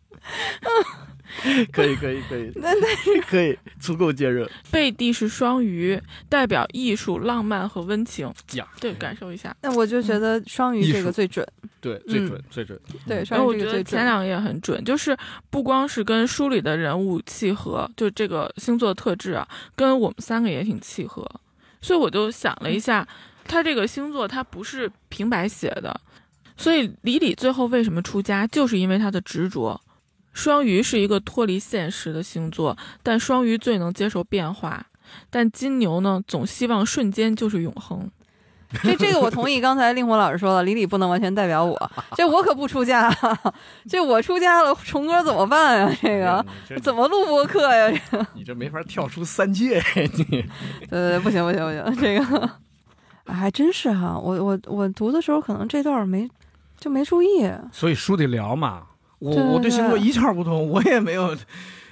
B: 可以可以可以
A: 那那
B: 可以，足够接热。
C: 贝蒂是双鱼，代表艺术、浪漫和温情。
B: 讲
C: 对，感受一下。
A: 那我就觉
B: 嗯
A: 得双鱼这个最准，
B: 对
A: 嗯
B: 最准最准，嗯
A: 对，
C: 然后
A: 双
C: 哎我
A: 鱼
C: 觉
A: 这个最
C: 得前
A: 准。
C: 两个也很准，就是不光是跟书里的人物契合，就这个星座特质啊，跟我们三个也挺契合。所以我就想了一下，他这个星座他不是平白写的，所以李李最后为什么出家，就是因为他的执着。双鱼是一个脱离现实的星座，但双鱼最能接受变化，但金牛呢，总希望瞬间就是永 恒。
A: 这这个我同意刚才令狐老师说了，李李不能完全代表我，这我可不出家啊，这我出家了，虫哥怎么办呀？
B: 哎
A: 这个怎
B: 么
A: 么录播客呀？这
B: 你这没法跳出三界？ 你
A: 对对对，不行不行不行，这个哎还真是哈、我我我读的时候可能这段儿没就没注意，
B: 所以书得聊嘛。啊我
A: 对对
B: 我对星座
A: 对
B: 一窍不通，我也没有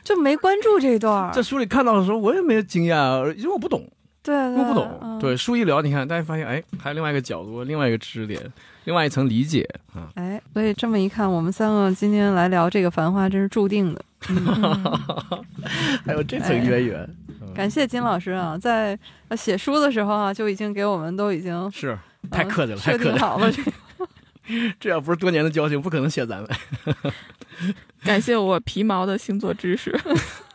A: 就没关注这段儿。
B: 在书里看到的时候，我也没有经验，因为我不懂，
A: 对对，
B: 我不懂。
A: 嗯，
B: 对书一聊，你看大家发现，哎，还有另外一个角度，另外一个知识点，另外一层理解啊。
A: 哎，所以这么一看，我们三个今天来聊这个《繁花》，真是注定的。
C: 嗯
B: 还有这
A: 层渊
B: 源，
A: 感谢金老师啊，在呃写书的时候啊，就已经给我们都已经、
B: 是
A: 呃
B: 太客气了，太
A: 设
B: 客
A: 定
B: 气了。
A: 好了这个。
B: 这要不是多年的交情，不可能 写咱们。
C: 感谢我皮毛的星座知识。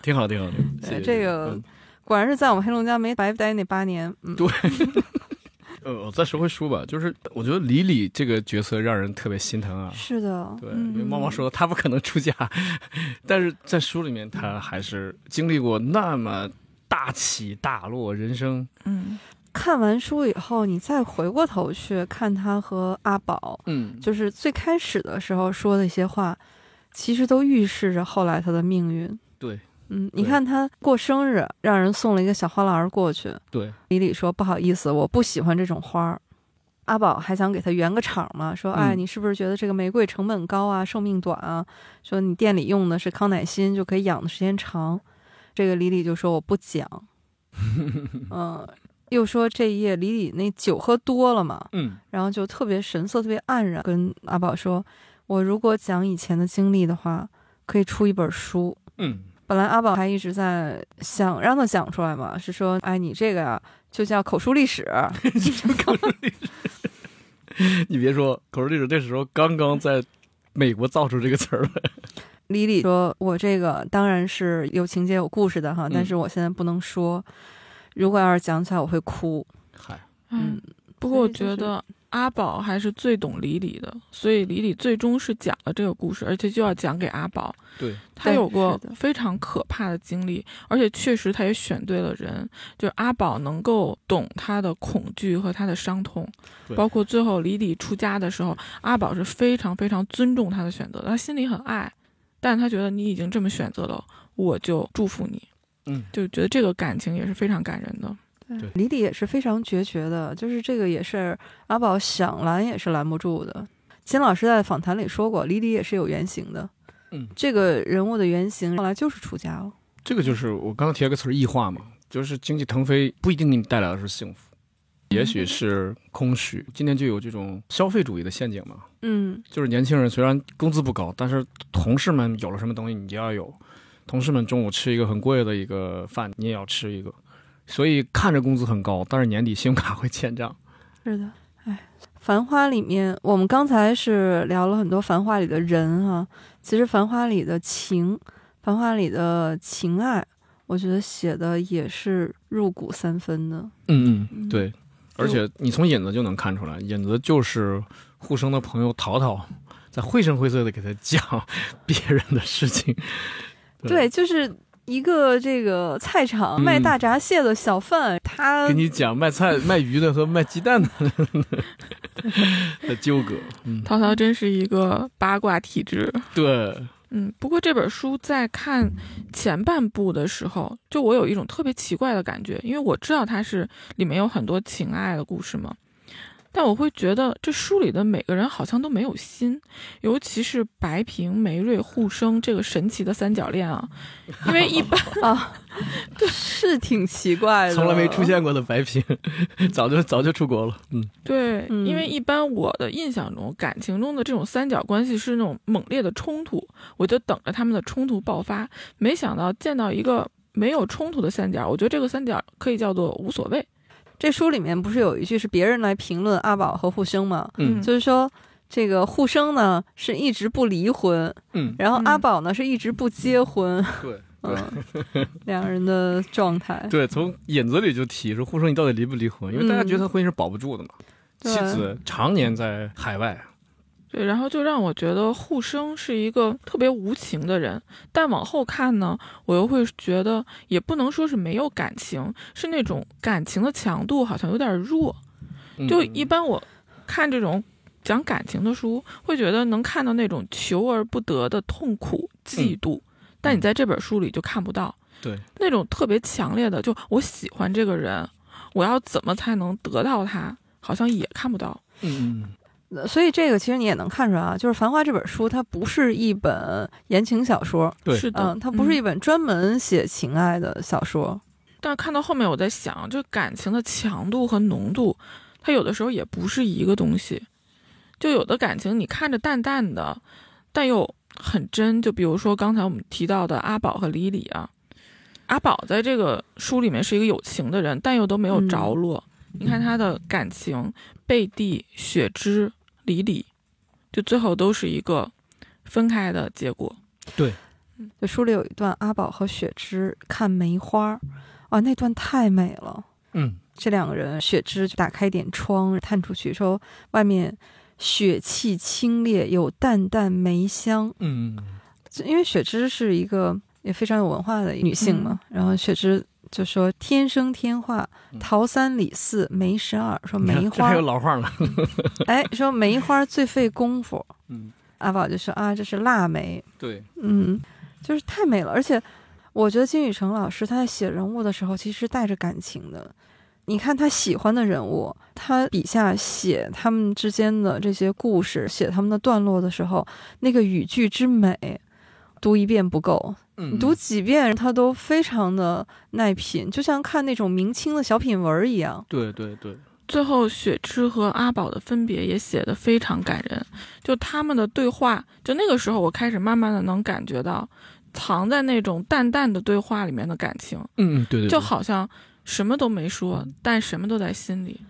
B: 挺好，挺好，挺好
A: 对
B: 谢谢
A: 这个
B: 嗯
A: 果然是在我们黑龙江没白待那八年，嗯，
B: 对呃，我再说回书吧，就是我觉得李李这个角色让人特别心疼啊。
A: 是的，
B: 对，
A: 嗯
B: 因为猫猫说他不可能出家， 但是在书里面他还是经历过那么大起大落，人生，
C: 嗯，
A: 看完书以后，你再回过头去看他和阿宝，
B: 嗯，
A: 就是最开始的时候说的一些话，其实都预示着后来他的命运。
B: 对，
A: 嗯，你
B: 对
A: 看他过生日，让人送了一个小花篮儿过去，
B: 对，
A: 李李说不好意思，我不喜欢这种花儿。阿宝还想给他圆个场嘛，说哎，
B: 嗯
A: 你是不是觉得这个玫瑰成本高啊，寿命短啊？说你店里用的是康乃馨，就可以养的时间长。这个李李就说我不 讲，嗯、又说这一夜李李那酒喝多了嘛，
B: 嗯，
A: 然后就特别神色特别黯然，跟阿宝说，我如果讲以前的经历的话，可以出一本书。
B: 嗯，
A: 本来阿宝还一直在想让他讲出来嘛，是说，哎，你这个呀、就叫口述历史，
B: 你别说，口述历史那时候刚刚在美国造出这个词儿来，
A: 李李说：“我这个当然是有情节、有故事的哈，但是我现在不能说。如果要是讲起来，我会哭。
B: 嗨，
A: 嗯
C: 嗯，，不过我
A: 所以就
C: 觉
A: 是
C: 得阿宝还是最懂李李的，所以李李最终是讲了这个故事，而且就要讲给阿宝。
B: 对，
C: 他
A: 对
C: 有过
A: 是的
C: 非常可怕的经历，而且确实他也选对了人，就是阿宝能够懂他的恐惧和他的伤痛，
B: 对
C: 包括最后李李出家的时候，阿宝是非常非常尊重他的选择的，他心里很爱，但他觉得你已经这么选择了，我就祝福你，
B: 嗯，
C: 就觉得这个感情也是非常感人的。
B: 对
A: 李李嗯也是非常决绝的，就是这个也是阿宝想拦也是拦不住的。金老师在访谈里说过，李李也是有原型的。
B: 嗯
A: 这个人物的原型后来就是出家了。
B: 这个就是我刚才提了个词儿异化嘛，就是经济腾飞不一定给你带来的是幸福，也许是空虚。今天就有这种消费主义的陷阱嘛，
A: 嗯，
B: 就是年轻人虽然工资不高，但是同事们有了什么东西你就要有，同事们中午吃一个很贵的一个饭，你也要吃一个。所以看着工资很高，但是年底信用卡会欠账。
A: 是的，哎，《繁花》里面，我们刚才是聊了很多《繁花》里的人哈、其实《繁花》里的情，《繁花》里的情爱，我觉得写的也是入骨三分的。
B: 嗯
A: 嗯
B: 对。而且你从引子就能看出来，引子就是互生的朋友淘淘在绘声绘色的给他讲别人的事情。
A: 对，就是一个这个菜场
B: 嗯
A: 卖大闸蟹的小贩，他
B: 给你讲卖菜、卖鱼的和卖鸡蛋的的纠葛。嗯，
C: 淘淘真是一个八卦体质。
B: 对，
C: 嗯，不过这本书在看前半部的时候，就我有一种特别奇怪的感觉，因为我知道它是里面有很多情爱的故事嘛，但我会觉得这书里的每个人好像都没有心，尤其是白萍、梅瑞、互生这个神奇的三角恋啊，因为一般
A: 啊，是挺奇怪的，
B: 从来没出。现过的白瓶，早就早就出国了。嗯，
C: 对，
A: 嗯
C: 因为一般我的印象中，感情中的这种三角关系是那种猛烈的冲突，我就等着他们的冲突爆发。没想到见到一个没有冲突的三角，我觉得这个三角可以叫做无所谓。
A: 这书里面不是有一句是别人来评论阿宝和互生吗？
B: 嗯
A: 就是说，这个互生呢是一直不离婚，
B: 嗯，
A: 然后
C: 嗯
A: 阿宝呢是一直不结婚，
B: 对
A: 嗯， 两人的状态，
B: 对，从引子里就提说，互生你到底离不离婚？因为大家觉得他婚姻是保不住的嘛，
A: 对
B: 妻子常年在海外，
C: 对，然后就让我觉得互生是一个特别无情的人，但往后看呢，我又会觉得也不能说是没有感情，是那种感情的强度好像有点弱。
B: 嗯
C: 就一般我看这种讲感情的书，会觉得能看到那种求而不得的痛苦、嫉妒，但你在这本书里就看不到。
B: 嗯对，
C: 那种特别强烈的，就我喜欢这个人，我要怎么才能得到他，好像也看不到。
B: 嗯嗯
A: 呃所以这个其实你也能看出来啊，就是《繁花》这本书，它不是一本言情小说，
B: 对
C: 是的，
A: 嗯，它不是一本专门写情爱的小说，
C: 但看到后面，我在想，这感情的强度和浓度，它有的时候也不是一个东西。就有的感情，你看着淡淡的，但又很真。就比如说刚才我们提到的阿宝和李李啊，阿宝在这个书里面是一个有情的人，但又都没有着落。你看他的感情，贝蒂、雪芝、李李，就最后都是一个分开的结果。
A: 就书里有一段阿宝和雪芝看梅花，啊，那段太美了。
B: 嗯，
A: 这两个人，雪芝就打开一点窗，探出去说外面雪气清冽，有淡淡梅香。
B: 嗯嗯
A: 就因为雪芝是一个也非常有文化的女性嘛，然后雪芝就说天生天化
B: 嗯，
A: 桃三李四梅十二，说
B: 你看
A: 梅
B: 这还
A: 花
B: 有，老话呢。
A: 哎，说梅花最费功夫。
B: 嗯，
A: 阿宝就说啊，这是腊梅，
B: 对，
A: 嗯，就是太美了，而且我觉得金宇澄老师他在写人物的时候，其实带着感情的。你看他喜欢的人物，他笔下写他们之间的这些故事，写他们的段落的时候，那个语句之美，读一遍不够，你
B: 嗯
A: 读几遍他都非常的耐品，就像看那种明清的小品文儿一样。
B: 对对对，
C: 最后，雪芝和阿宝的分别也写得非常感人。就他们的对话，就那个时候，我开始慢慢的能感觉到，藏在那种淡淡的对话里面的感情，
B: 嗯嗯对对，
C: 就好像什么都没说，但什么都在心里。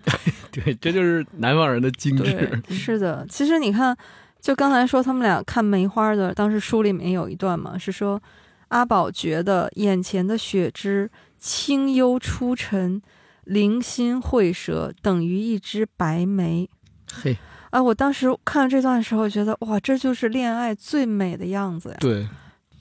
B: 对，这就是南方人的精
C: 对
B: 致。，
A: 是的，其实你看，就刚才说他们俩看梅花的，当时书里面有一段嘛，是说阿宝觉得眼前的雪枝清幽出尘，灵心会蛇，等于一只白梅。
B: 嘿，
A: 哎，我当时看到这段的时候，觉得哇，这就是恋爱最美的样子呀！
B: 对，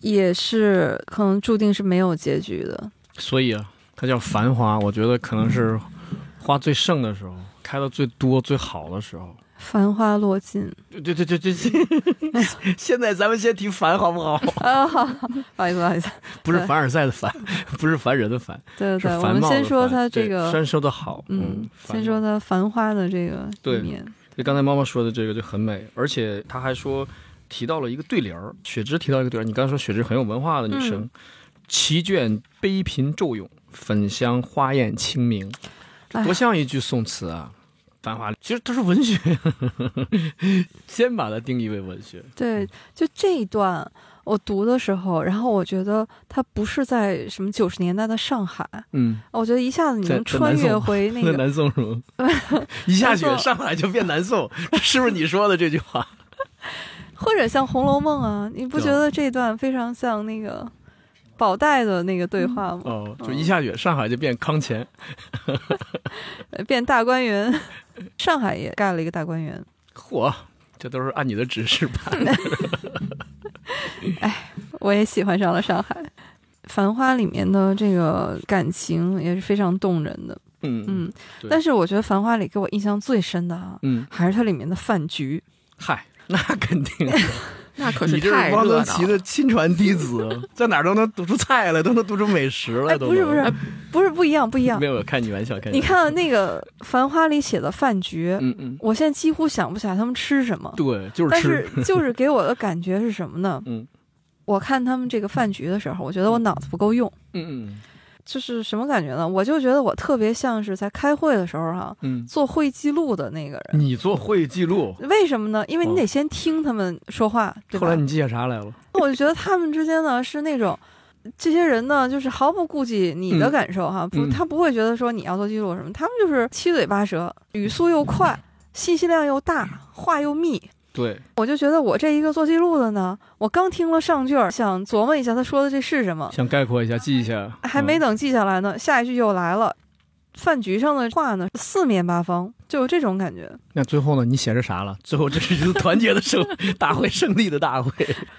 A: 也是可能注定是没有结局的。
B: 所以啊，它叫繁花，我觉得可能是
A: 嗯
B: 花最盛的时候，开的最多、最好的时候。
A: 繁花落尽
B: 对对对对对， 现在咱们先提繁 好不好？
A: 啊，好好不好意思，不好意思，
B: 不是凡尔赛的凡， 不是凡人的凡，
A: 对
B: 是
A: 对，我
B: 繁
A: 们
B: 茂的
A: 先说
B: 繁
A: 他这
B: 对
A: 个
B: 先说的好，
A: 嗯，先
B: 繁
A: 说它繁花的这个
B: 对
A: 一面，
B: 对，刚才妈妈说的这个就很美，而且她还说提到了一个对联儿，雪芝提到一个对联儿。你刚才说雪芝很有文化的女生，奇卷悲贫骤咏，粉香花艳清明，
A: 哎
B: 多像一句宋词啊！繁华其实它是文学， 先把它定义为文学。
A: 对，就这一段我读的时候，然后我觉得它不是在什么九十年代的上海，
B: 嗯，
A: 我觉得一下子你
B: 在
A: 能
B: 在
A: 穿
B: 南
A: 越
B: 宋
A: 回那
B: 那
A: 个，
B: 南宋是吗？一下
A: 南
B: 雪
A: 宋
B: 上来就变南宋，是不是你说的这句话？
A: 或者像《红楼梦》啊，你不觉
B: 对
A: 得这段非常像那个宝黛的那个对话吗？
B: 哦，就一下雪上海就变康乾。
A: 呃变大观园，上海也盖了一个大观园。
B: 嚯，这都是按你的指示办。
A: 我也喜欢上了上海，《繁花》里面的这个感情也是非常动人的。
B: 嗯嗯
A: 嗯，
B: 对
A: 但是我觉得《繁花》里给我印象最深的啊，
B: 嗯，
A: 还是它里面的饭局。
B: 嗨，那肯定
C: 那可
B: 你
C: 是
B: 这
C: 太
B: 是汪
C: 热闹
B: 曾
C: 了。
B: 祺的亲传弟子，在哪儿都能读出菜来，都能读出美食来，
A: 哎，
B: 都
A: 不是不是
B: 能，
A: 不是不一样不一样
B: 没。有开你玩笑，开
A: 你
B: 玩笑，
A: 看那个《繁花》里写的饭局，
B: 嗯嗯，
A: 我现在几乎想不起来他们吃什么，
B: 对，就
A: 但
B: 是吃，
A: 是就是给我的感觉是什么呢？
B: 嗯
A: 我看他们这个饭局的时候，我觉得我脑子不够用，
B: 嗯
A: 就是什么感觉呢？我就觉得我特别像是在开会的时候哈、
B: 嗯
A: 做会议记录的那个人。
B: 嗯，你做会议记录，
A: 为什么呢？因为你
B: 哦
A: 得先听他们说话，对
B: 后
A: 吧
B: 来？你记下啥来了？
A: 那我就觉得他们之间呢是那种，这些人呢就是毫不顾及你的
B: 嗯
A: 感受哈，不，
B: 嗯
A: 他不会觉得说你要做记录什么，他们就是七嘴八舌，语速又快，信息量又大，话又密。
B: 对，
A: 我就觉得我这一个做记录的呢，我刚听了上句儿，想琢磨一下他说的这是什么，
B: 想概括一下，记一下，嗯
A: 还没等记下来呢，下一句又来了。饭局上的话呢，四面八方，就有这种感觉。
B: 那最后呢？你写着啥了？最后这是一次团结的胜 大会，胜利的大会。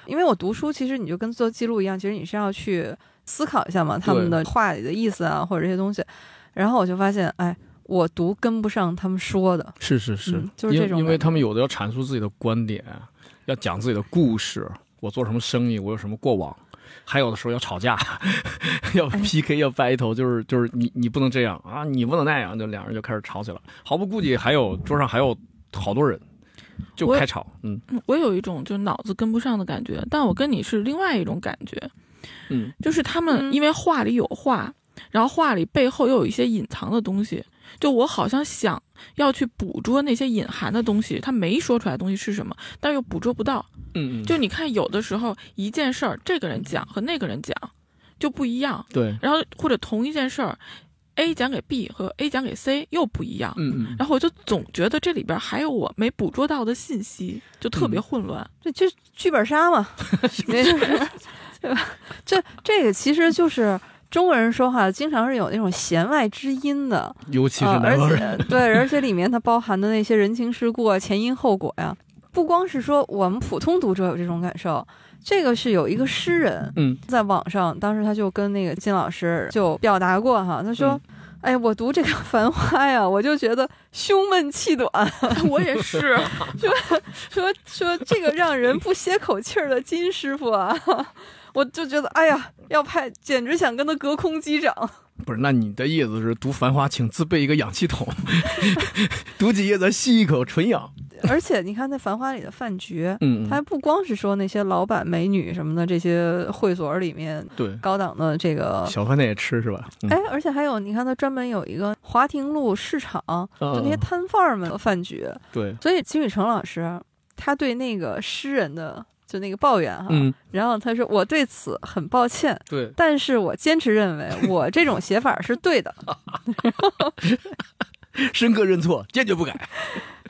A: 因为我读书，其实你就跟做记录一样，其实你是要去思考一下嘛，他们的话里的意思啊，或者这些东西。然后我就发现，哎，我读跟不上他们说的，
B: 是是是，
A: 嗯就是这种
B: 因为，因为
A: 感觉
B: 他们有的要阐述自己的观点，要讲自己的故事，我做什么生意，我有什么过往，还有的时候要吵架， 要
A: 哎
B: PK，要 battle，就是就是你你不能这样啊，你不能那样，就两人就开始吵起来，毫不顾忌，还有桌上还有好多人，就
C: 我
B: 开吵，嗯
C: 嗯我有一种就脑子跟不上的感觉，但我跟你是另外一种感觉，
B: 嗯，
C: 就是他
A: 嗯
C: 们因为话里有话，然后话里背后又有一些隐藏的东西，就我好像想要去捕捉那些隐含的东西，他没说出来的东西是什么，但又捕捉不到。
B: 嗯嗯，
C: 就你看，有的时候一件事儿，这个人讲和那个人讲就不一样，
B: 对，
C: 然后或者同一件事儿，A 讲给 B 和 A 讲给 C 又不一样。
B: 嗯嗯，
C: 然后我就总觉得这里边还有我没捕捉到的信息，就特别
B: 嗯
C: 混乱。
A: 这这剧本杀 嘛，对吧？这这个其实就是中国人说话经常是有那种弦外之音的，
B: 尤其是
A: 啊，
B: 南
A: 而
B: 方人，
A: 且对，而且里面它包含的那些人情世故啊、前因后果呀、不光是说我们普通读者有这种感受，这个是有一个诗人，
B: 嗯，
A: 在网上当时他就跟那个金老师就表达过哈，他说。
B: 嗯
A: 哎，我读这个《繁花》呀，我就觉得胸闷气 短，
C: 我也是，
A: 说说这个让人不歇口气儿的金师傅啊， 我就觉得哎呀，要拍简直想跟他隔空击掌。
B: 不是，那你的意思是读《繁花》请自备一个氧气筒， 读几页咱吸一口纯氧。
A: 而且你看那《繁花》里的饭局，
B: 嗯
A: 他还不光是说那些老板、美女什么的这些会所里面
B: 对，
A: 高档的这个，
B: 小饭店也吃是吧？嗯
A: 哎，而且还有你看他专门有一个华亭路市场，就那些
B: 嗯
A: 摊贩儿们的饭局。
B: 对，
A: 所以金宇澄老师他对那个诗人的就那个抱怨哈，
B: 嗯，
A: 然后他说我对此很抱歉，
B: 对，
A: 但是我坚持认为我这种写法是对 的。
B: 深刻认错，坚决不改。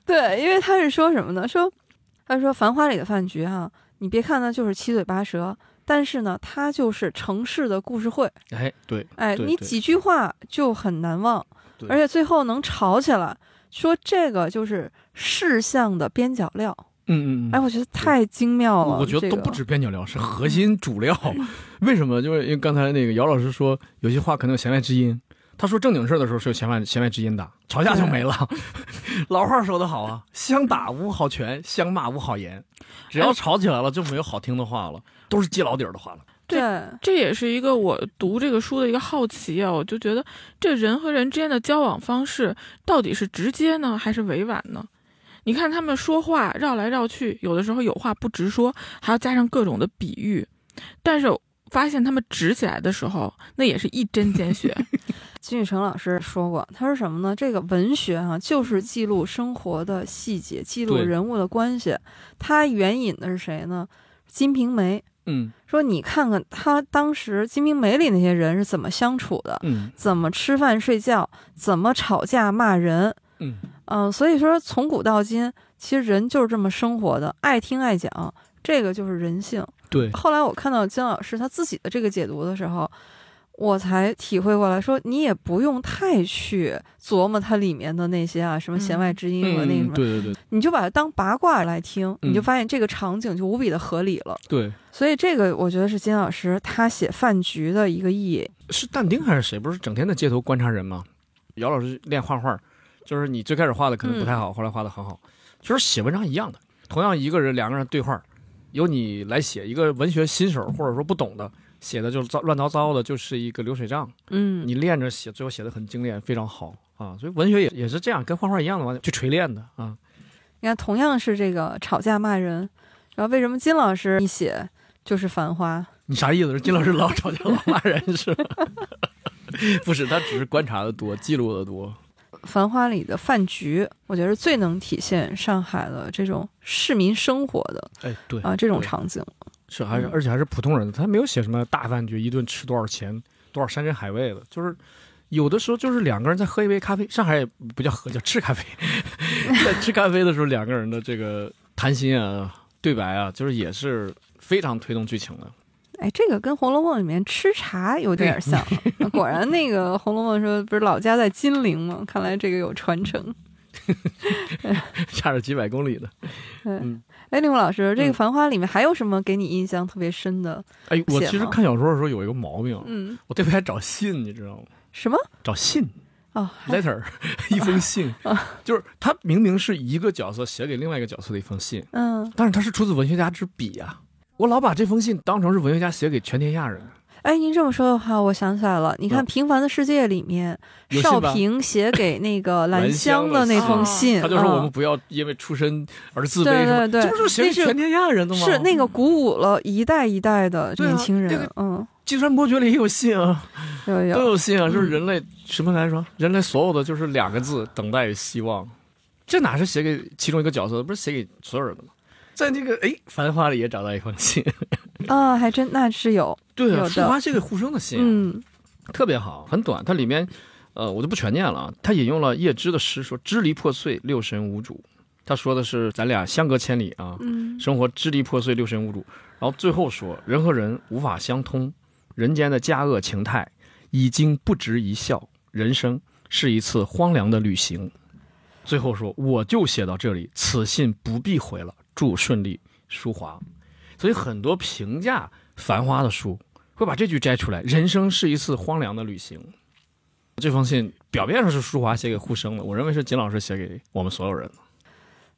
A: 对，因为他是说什么呢？说他说《繁花》里的饭局哈、你别看它就是七嘴八舌，但是呢，它就是城市的故事会。
B: 哎，对，
A: 哎，
B: 对
A: 你
B: 对
A: 几句话就很难忘，
B: 对
A: 而且最后能吵起来，说这个就是事项的边角料。
B: 嗯嗯
A: 哎，。我觉得太精妙了，
B: 我觉得
A: 这
B: 都
A: 个
B: 不止边角料，是核心主料。 为什么？就是因为刚才那个姚老师说，有些话可能有弦外之音。他说正经事儿的时候是有弦外弦外之音的，吵架就没了。 老话说得好啊，相打无好拳，相骂无好言。只要
C: 哎
B: 吵起来了，就没有好听的话了，都是记老底儿的话了。
A: 对。
C: 这也是一个我读这个书的一个好奇啊，我就觉得这人和人之间的交往方式到底是直接呢，还是委婉呢？你看他们说话绕来绕去，有的时候有话不直说，还要加上各种的比喻，但是发现他们直起来的时候，那也是一针见血。
A: 金宇澄老师说过，他说什么呢？这个文学啊，就是记录生活的细节，记录
B: 对
A: 人物的关系。他援引的是谁呢？《金瓶梅
B: 嗯》
A: 说，你看看他当时《金瓶梅》里那些人是怎么相处的，
B: 嗯
A: 怎么吃饭睡觉，怎么吵架骂人，
B: 嗯，
A: 嗯，所以说从古到今，其实人就是这么生活的，爱听爱讲，这个就是人性。
B: 对，
A: 后来我看到金老师他自己的这个解读的时候，我才体会过来说，你也不用太去琢磨它里面的那些啊，什么弦外之音和那个什么，
B: 嗯对对对
A: 你就把它当八卦来听，你就
B: 嗯
A: 发现这个场景就无比的合理了。
B: 对，
A: 所以这个我觉得是金老师他写饭局的一个意义。
B: 是但丁还是谁？不是整天在街头观察人吗？姚老师练画画，就是你
A: 嗯
B: 最开始画的可能不太好，后来画的很好，就是写文章一样的，同样一个人两个人对话，由你来写一个文学新手或者说不懂的，写的就是糟乱糟糟的，就是一个流水账。
A: 嗯，
B: 你练着写，最后写的很精炼，非常好啊。所以文学也也是这样，跟画画一样的嘛，去锤炼的啊。
A: 你看，同样是这个吵架骂人，然后为什么金老师一写就是《繁花》？
B: 你啥意思？金老师老吵架老骂人是吧？ 不是，他只是观察的多，记录的多。
A: 《繁花》里的饭局，我觉得是最能体现上海的这种市民生活的
B: 哎，对
A: 啊这种
B: 对
A: 场景。
B: 是还是
A: 嗯
B: 而且还是普通人，他没有写什么大饭局一顿吃多少钱，多少山珍海味的，就是有的时候就是两个人在喝一杯咖啡，上海也不叫喝叫吃咖啡， 在吃咖啡的时候，两个人的这个谈心啊、对白啊，就是也是非常推动剧情的。
A: 哎，这个跟《红楼梦》里面吃茶有点像。啊 果然，那个《红楼梦》说不是老家在金陵吗？看来这个有传承。
B: 差着几百公里的。
A: 哎，令狐老师，这个《
B: 嗯
A: 繁花》里面还有什么给你印象特别深的？
B: 哎，我
A: 写
B: 其实
A: 吗
B: 看小说的时候有一个毛病，
A: 嗯，
B: 我特别爱找信，你知道吗？
A: 什么？
B: 找信
A: 哦，
B: letter，一 封信，
A: 啊
B: 就是他明明是一个角色写给另外一个角色的一封信，
A: 嗯，
B: 但是它是出自文学家之笔啊。我老把这封信当成是文学家写给全天下人，
A: 哎，您这么说的话，我想起来了。你看《
B: 嗯
A: 平凡的世界》里面，
B: 有信
A: 少
B: 吧
A: 平写给那个
B: 兰
A: 兰
B: 香
A: 香
B: 的啊
A: 的那封
C: 信
A: 信，
B: 他就说
A: 嗯
B: 我们不要因为出身而自卑
A: 对
B: 什么，
A: 对对
B: 这不是写给
A: 那是
B: 全天下人的吗？
A: 是那个鼓舞了一代一代的
B: 对啊
A: 年轻人，
B: 这个
A: 嗯，
B: 计算伯爵里也有信啊，
A: 有嗯
B: 都
A: 有，
B: 有信啊，就是人类什么来说，人类所有的就是两个字：等待与希望。这哪是写给其中一个角色的，不是写给所有人的吗？在那个哎《繁花》里也找到一封信，
A: 啊，还真那是有，
B: 对
A: 有
B: 啊，
A: 的
B: 书华是个互生的信啊，
A: 嗯
B: 特别好，很短。它里面，呃，我就不全念了。啊。他引用了叶芝的诗，说“支离破碎，六神无主”。他说的是咱俩相隔千里啊，
A: 嗯
B: 生活支离破碎，六神无主。然后最后说，人和人无法相通，人间的佳恶情态已经不值一笑，人生是一次荒凉的旅行。最后说，我就写到这里，此信不必回了，祝顺利，舒华。所以很多评价《繁花》的书会把这句摘出来：“人生是一次荒凉的旅行。”这封信表面上是舒华写给沪生的，我认为是金老师写给我们所有人的。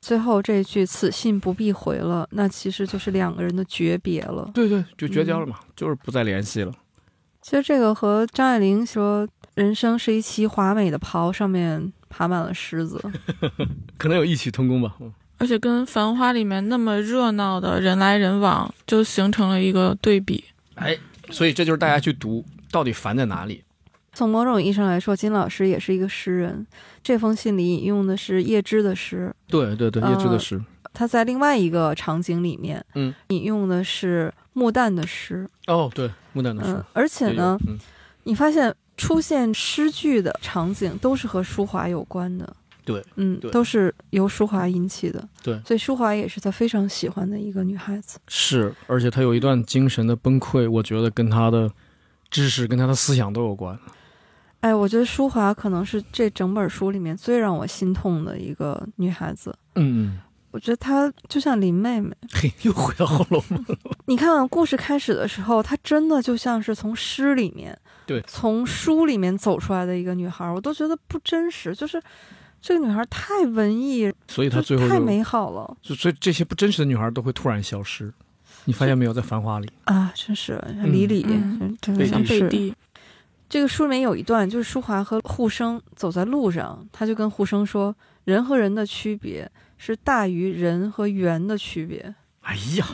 A: 最后这句“此信不必回了”，那其实就是两个人的诀别了。
B: 对对，就绝交了嘛，就是不再联系了。
A: 其实这个和张爱玲说“人生是一骑华美的袍，上面爬满了虱子
B: 可能有异曲同工吧。
C: 而且跟《繁花》里面那么热闹的人来人往，就形成了一个对比。
B: 哎，所以这就是大家去读到底烦在哪里。”。
A: 从某种意义上来说，金老师也是一个诗人。这封信里引用的是叶芝的诗，
B: 对对对，
A: 嗯
B: 叶芝的诗，
A: 他在另外一个场景里面，
B: 嗯，
A: 引用的是穆旦的诗，
B: 哦，对，木兰的诗
A: 嗯，，而且
B: 也有
A: 呢，，
B: 嗯，
A: 你发现出现诗句的场景都是和舒华有关的，
B: 对，
A: 嗯
B: 对，
A: 都是由舒华引起的，
B: 对
A: 所以舒华也是他非常喜欢的一个女孩子，
B: 是，而且他有一段精神的崩溃，我觉得跟他的知识、跟他的思想都有关。
A: 哎，我觉得舒华可能是这整本书里面最让我心痛的一个女孩子。
B: 嗯嗯，
A: 我觉得她就像林妹妹，
B: 嘿， 又回到《红楼梦》。
A: 你看故事开始的时候，她真的就像是从诗里面，
B: 对
A: 从书里面走出来的一个女孩，我都觉得不真实，就是这个女孩太文艺，
B: 所以
A: 就
B: 他最后
A: 是太
B: 就
A: 美好了
B: 就所以这些不真实的女孩都会突然消失，你发现没有？在《繁花》里，
A: 啊！真是李李，
C: 嗯
A: 真
B: 对
A: 的像
C: 像
B: 李
C: 贝
A: 是
C: 蒂，
A: 这个书里面有一段，就是舒华和沪生走在路上，他就跟沪生说：“人和人的区别是大于人和猿的区别。
B: 哎呀，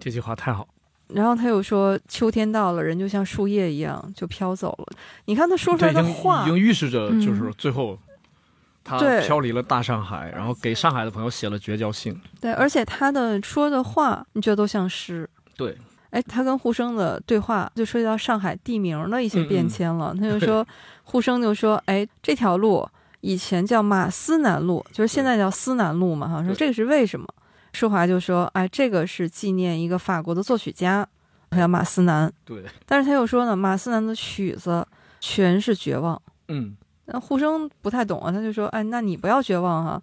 B: 这句话太好。”
A: 然后他又说：“秋天到了，人就像树叶一样就飘走了。”你看他说出
B: 这
A: 来
B: 已
A: 的
B: 经
A: 话
B: 已，经预示着，就是
C: 嗯
B: 最后他
A: 对
B: 飘离了大上海，然后给上海的朋友写了绝交信。
A: 对，而且他的说的话，你觉得都像诗。
B: 对，
A: 哎，他跟沪生的对话就涉及到上海地名的一些
B: 嗯
A: 变迁了。他 就说，沪生就说：“哎，这条路以前叫马思南路，就是现在叫思南路嘛，哈。”说
B: 对
A: 这个是为什么？舒华就说：“哎，这个是纪念一个法国的作曲家，还有马思南。
B: 对，”
A: 但是他又说呢，马思南的曲子全是绝望。
B: 嗯，
A: 那沪生不太懂啊，他就说：“哎，那你不要绝望哈、啊。”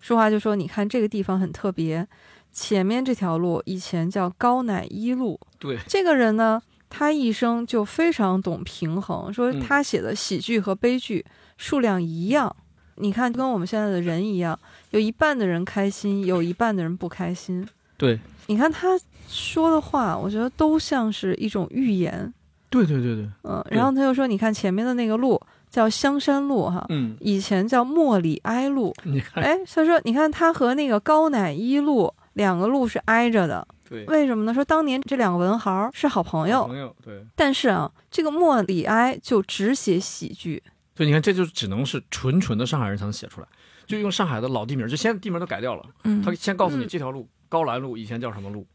A: 舒华就说：“你看这个地方很特别，前面这条路以前叫高乃伊路。
B: 对，
A: 这个人呢，他一生就非常懂平衡，说
B: 嗯
A: 他写的喜剧和悲剧数量一样。你看，跟我们现在的人一样，有一半的人开心，有一半的人不开心。
B: 对，
A: 你看他说的话，我觉得都像是一种预言。
B: 对对对对，
A: 嗯，
B: 对
A: 然后他又说，你看前面的那个路叫香山路哈，
B: 嗯，
A: 以前叫莫里埃路。
B: 你看，
A: 哎，他说，你看他和那个高乃伊路两个路是挨着的，
B: 对，嗯
A: 为什么呢？说当年这两个文豪儿是好朋友，
B: 朋友，对，
A: 但是啊，这个莫里埃就只写喜剧。
B: 所以你看，这就只能是纯纯的上海人才能写出来，就用上海的老地名，就现在地名都改掉了，
C: 嗯，
B: 他先告诉你
A: 嗯
B: 这条路、高兰路以前叫什么路，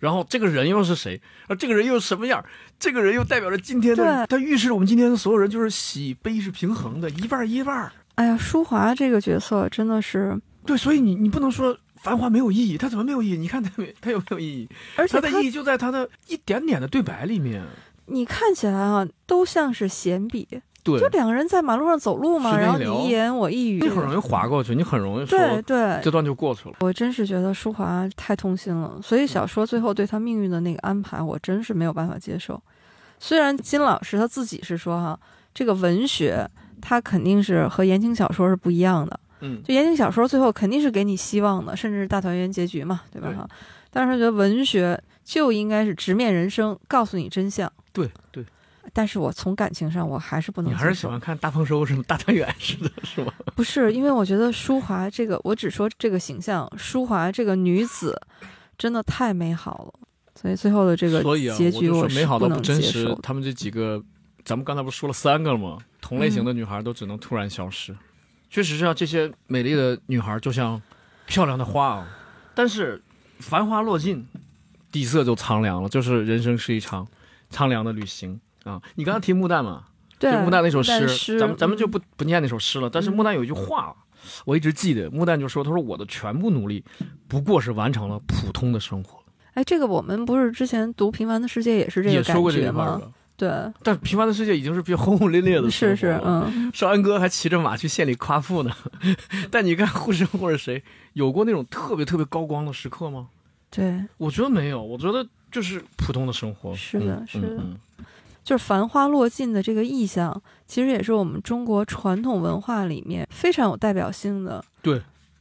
B: 然后这个人又是谁，而这个人又是什么样，这个人又代表着今天的，他预示着我们今天的所有人就是喜悲是平衡的，一半儿一半儿。
A: 哎呀，舒华这个角色真的是，
B: 对，所以你你不能说繁华没有意义，它怎么没有意义？你看它没它有没有意义？
A: 而且
B: 它
A: 他
B: 的意义就在它的一点点的对白里面。
A: 你看起来啊，都像是闲笔，
B: 对
A: 就，两个人在马路上走路嘛，
B: 随便
A: 然后
B: 聊
A: 你一言我一语，
B: 你很容易划过去，你很容易说
A: 嗯对对
B: 这。段就过去了。
A: 我真是觉得舒华太痛心了，所以小
B: 嗯
A: 说最后对他命运的那个安排，我真是没有办法接受。虽然金老师他自己是说哈，这个文学它肯定是和言情小说是不一样的，
B: 嗯，
A: 就言情小说最后肯定是给你希望的，甚至是大团圆结局嘛，对吧？
B: 对
A: 哈，但是他觉得文学就应该是直面人生，告诉你真相。
B: 对对，
A: 但是我从感情上我还是不能
B: 你
A: 接受，
B: 还是喜欢看大丰收什么大团圆似的，是吧？
A: 不是，因为我觉得舒华这个，我只说这个形象，舒华这个女子真的太美好了，所以最后的这个
B: 所以啊，
A: 结
B: 我
A: 局
B: 就说
A: 是
B: 美好到
A: 能
B: 不真
A: 接
B: 实
A: 受。。
B: 他们这几个，咱们刚才不是说了三个了吗？同
A: 嗯
B: 类型的女孩都只能突然消失。确实是啊，这些美丽的女孩就像漂亮的花啊，但是繁花落尽，底色就苍凉了。就是人生是一场苍凉的旅行啊！你刚刚提穆旦嘛，
A: 对，
B: 就穆旦那首诗，
A: 诗
B: 咱们咱们就
A: 嗯
B: 不不念那首诗了。但是穆旦有一句话，啊我一直记得，穆旦就说：“他说我的全部努力，不过是完成了普通的生活。
A: 哎，这个我们不是之前读《平凡的世界》也是”这
B: 也
A: 个
B: 说
A: 感
B: 过这句
A: 觉
B: 话
A: 吗
B: 是？吧？
A: 对，
B: 但《平凡的世界》已经是比较轰轰烈烈的生活
A: 是
B: 了
A: 是，。 嗯，
B: 少安哥还骑着马去县里夸父呢。 但你看护生或者谁有过那种特别特别高光的时刻吗？
A: 对，
B: 我觉得没有，我觉得就是普通的生活。
A: 是的
B: 嗯
A: 是的
B: 嗯
A: 就是繁花落尽的这个意象，其实也是我们中国传统文化里面非常有代表性的。
B: 对，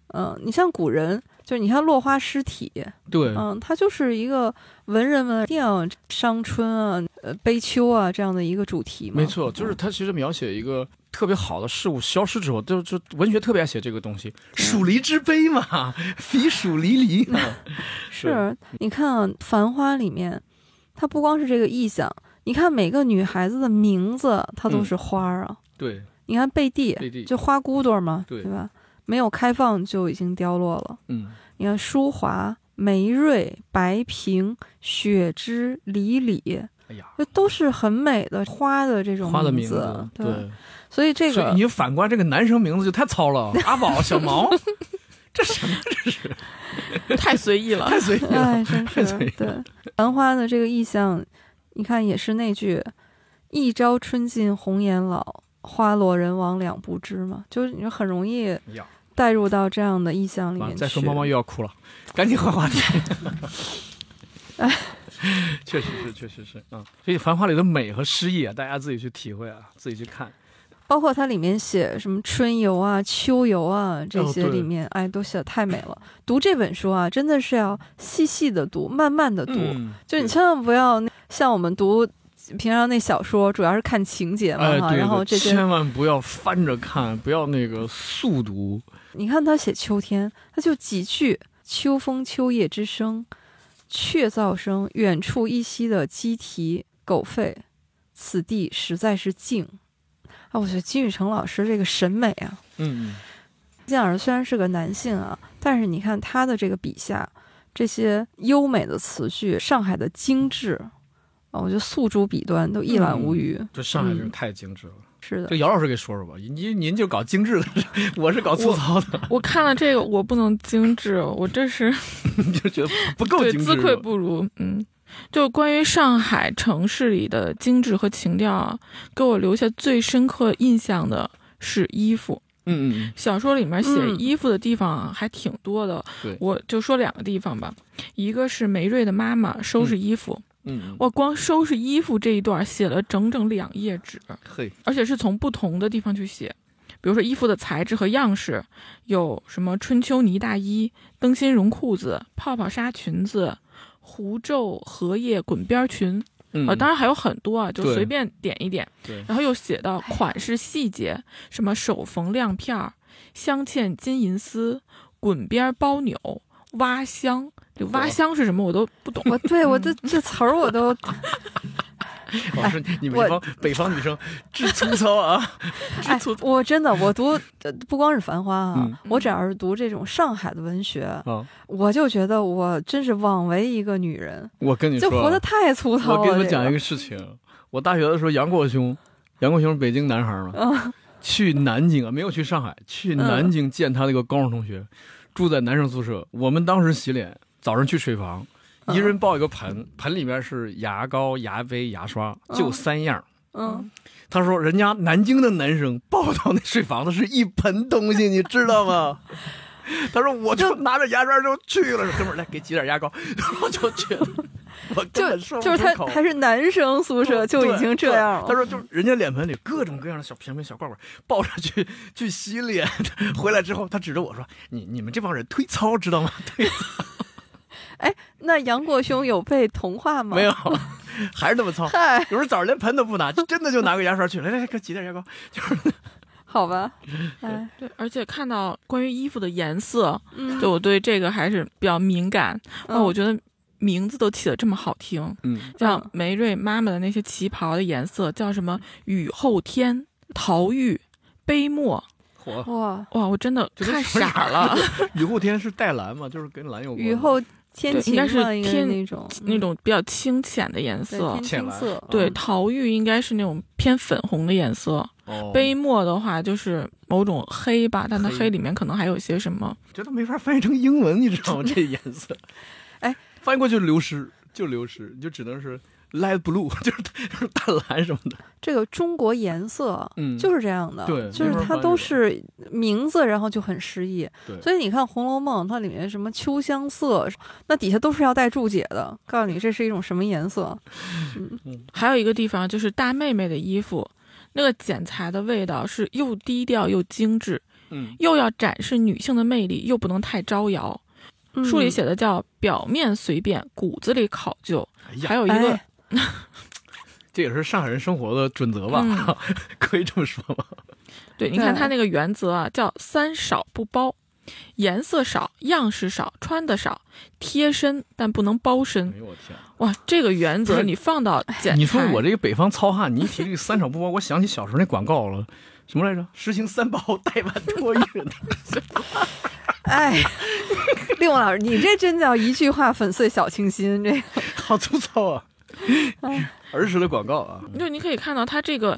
A: 嗯、你像古人，就是你看落花尸体，
B: 嗯对，
A: 嗯，它就是一个文人们一定要有伤春啊、呃悲秋啊这样的一个主题嗯嘛。
B: 没错，就是他其实描写一个特别好的事物消失之后，就就文学特别爱写这个东西，
A: 嗯
B: 蜀离之悲嘛， 非蜀离离嘛。
A: 是，你看啊，《繁花》里面，它不光是这个意象，你看每个女孩子的名字，它都
B: 嗯
A: 是花儿啊。
B: 对，
A: 你看贝蒂，
B: 贝蒂
A: 就花骨朵儿嘛，
B: 对
A: 吧？没有开放就已经凋落了。
B: 嗯，
A: 你看舒华、梅瑞、白萍、雪芝、李李，
B: 哎呀，
A: 这都是很美的花的这种
B: 花的
A: 名
B: 字，
A: 对吧，所以这
B: 所
A: 个
B: 以你反观这个男生名字就太糙 了，阿宝、小毛，这什么这是
C: 太随意了。
B: 太随意 了。
A: 哎，真
B: 太
A: 是
B: 随意
A: 对繁花的这个意象，你看也是那句“一朝春尽红颜老，花落人亡两不知”嘛，就是你很容易
B: 哎呀，
A: 带入到这样的意象里
B: 完了
A: 面
B: 再
A: 去
B: 说。猫猫又要哭了，赶紧换 话题。 确实是，确实是，嗯，所以《繁花》里的美和诗意啊，大家自己去体会啊，自己去看。
A: 包括它里面写什么春游啊、秋游啊这
B: 哦
A: 些
B: 对
A: 里面，哎，都写的太美了。读这本书啊，真的是要细细的读，慢慢的读，
B: 嗯，
A: 就你
B: 对
A: 千万不要像我们读平常那小说，主要是看情节嘛
B: 哎，
A: 哈、
B: 对
A: 然
B: 的
A: 后这 些
B: 千万不要翻着看，不要那个速读。
A: 你看他写秋天，他就几句：秋风秋叶之声，雀噪声，远处依稀的鸡啼狗吠，此地实在是静。啊，我觉得金宇澄老师这个审美啊，
B: 嗯，
A: 金老师虽然是个男性啊，但是你看他的这个笔下，这些优美的词句，上海的精致啊，我觉得诉诸笔端都一览无余。
B: 这上海
A: 嗯
B: 人太精致了。
A: 是的
B: 这，姚老师给说说吧，您您就搞精致的，我是搞粗糙的，
C: 我看了这个，我不能精致，哦我这是
B: 你就觉得不够
C: 对
B: 精致。
C: 自愧不如。嗯，就关于上海城市里的精致和情调啊，给我留下最深刻印象的是衣服。
B: 嗯嗯
C: 小说里面写
A: 嗯
C: 衣服的地方啊还挺多的，
B: 对
C: 我就说两个地方吧，一个是梅瑞的妈妈收拾衣服，
B: 嗯嗯，
C: 我光收拾衣服这一段写了整整两页纸，啊
B: 嘿，
C: 而且是从不同的地方去写，比比如说衣服的材质和样式，有什么春秋呢大衣、灯芯绒裤子、泡泡纱裙子、狐皱荷叶滚边裙，
B: 嗯
C: 呃，当然还有很多啊，就
B: 对
C: 随便点一点
B: 对。
C: 然后又写到
A: 哎
C: 款式细节，什么手缝亮片儿、镶嵌金银丝、滚边包纽、挖香。这挖香是什么？我都不懂。
A: 我对我这这词儿我都
B: 老师，你们
A: 我
B: 这帮北方女生真粗糙啊！
A: 哎，我真的，我读呃不光是《繁花》啊，
B: 嗯
A: 我只要是读这种上海的文学，
B: 啊，
A: 我就觉得我真是枉为一个女人，
B: 我跟你
A: 就
B: 说，啊
A: 活得太粗糙了。
B: 我跟你们
A: 这
B: 讲一
A: 个
B: 个事情，我大学的时候，杨过兄，杨过兄是北京男孩嘛，
A: 嗯
B: 去南京啊，没有去上海，去南京见他那个高中同学，住在男生宿舍。我们当时洗脸，早上去水房，
A: 嗯
B: 一人抱一个盆，盆里面是牙膏、牙杯、牙刷，就
A: 嗯
B: 三样。
A: 嗯，
B: 他说：“人家南京的男生抱到那水房子是一盆东西，你知道吗？” 他说：“我就拿着牙刷就去了，哥们儿来给挤点牙膏， 然后就去了。” 我根
A: 就
B: 本说不
A: 就是
B: 出
A: 他
B: 口
A: 还是男生宿
B: 哦
A: 舍就已经这样
B: 啊他
A: 了。
B: 说，就是人家脸盆里各种各样的小瓶瓶、小罐罐，抱上去去洗脸，回来之后，他指着我说：“你你们这帮人忒糙，知道吗？”对，
A: 那杨过兄有被同化吗？
B: 没有，， 还是那么糙。
A: 嗨，
B: 有时候早上连盆都不拿，真的就拿个牙刷去，来来来，给我挤点牙膏。就是
A: 好 吧，哎，
C: 对，而且看到关于衣服的颜色，
A: 嗯，
C: 就我对这个还是比较敏感。
A: 嗯
C: 哦，我觉得名字都起得这么好听，
B: 嗯，
C: 像梅瑞妈妈的那些旗袍的颜色叫什么雨后天、桃玉、杯墨。
B: 火
A: 哇，
C: 哇，我真的
B: 这都
C: 看
B: 什么
C: 傻
B: 色
C: 了，
B: 雨后天是带蓝嘛，就是跟蓝有关。
A: 雨后天
C: 对
A: 晴
C: 应该是
A: 嘛，应该是
C: 天
A: 那种嗯
C: 那种比较清浅的颜
A: 对
C: 色
A: 天。
B: 浅
A: 青
B: 蓝
A: 色，
C: 对，
B: 嗯
C: 桃玉应该是那种偏粉红的颜色，
B: 哦
C: 杯墨的话就是某种黑吧，但它
B: 黑
C: 黑里面可能还有一些什么。
B: 这都没法翻译成英文，你知道吗？这颜色，
A: 哎，
B: 翻译过去流失，就流失，你就只能是 light blue，就是 就是淡蓝什么的。
A: 这个中国颜色，
B: 嗯
A: 就是这样的，
B: 对
A: 就
B: 没
A: 是它
B: 法翻
A: 都
B: 译
A: 是名字，然后就很诗意。
B: 对
A: 所以你看《红楼梦》，它里面什么秋香色，那底下都是要带注解的，告诉你这是一种什么颜色。
C: 还有一个地方就是大妹妹的衣服，那个剪裁的味道是又低调又精致，
B: 嗯，
C: 又要展示女性的魅力，又不能太招摇。
A: 嗯
C: 书里写的叫“表面随便，骨子里考究
B: 哎”，呀
C: 还，有一个、
A: 哎
B: 这也是上海人生活的准则吧？
C: 嗯
B: 可以这么说吧？
C: 对，你看
A: 对
C: 它那个原则啊，叫“三少不包”，颜色少，样式少，穿的少，贴身但不能包身。
B: 哎呦我天！
C: 哇，这个原
B: 不
C: 则
B: 是
C: 你放到剪裁，
B: 你说我这个北方糙汉，你一提这个三少不包，我想起小时候那广告了，什么来着？实行三包，代办托 运。
A: 哎， 令武老师，你这真叫一句话粉碎小清新，这
B: 好粗糙啊！
C: 哎
B: 儿时的广告啊，
C: 就你可以看到它这个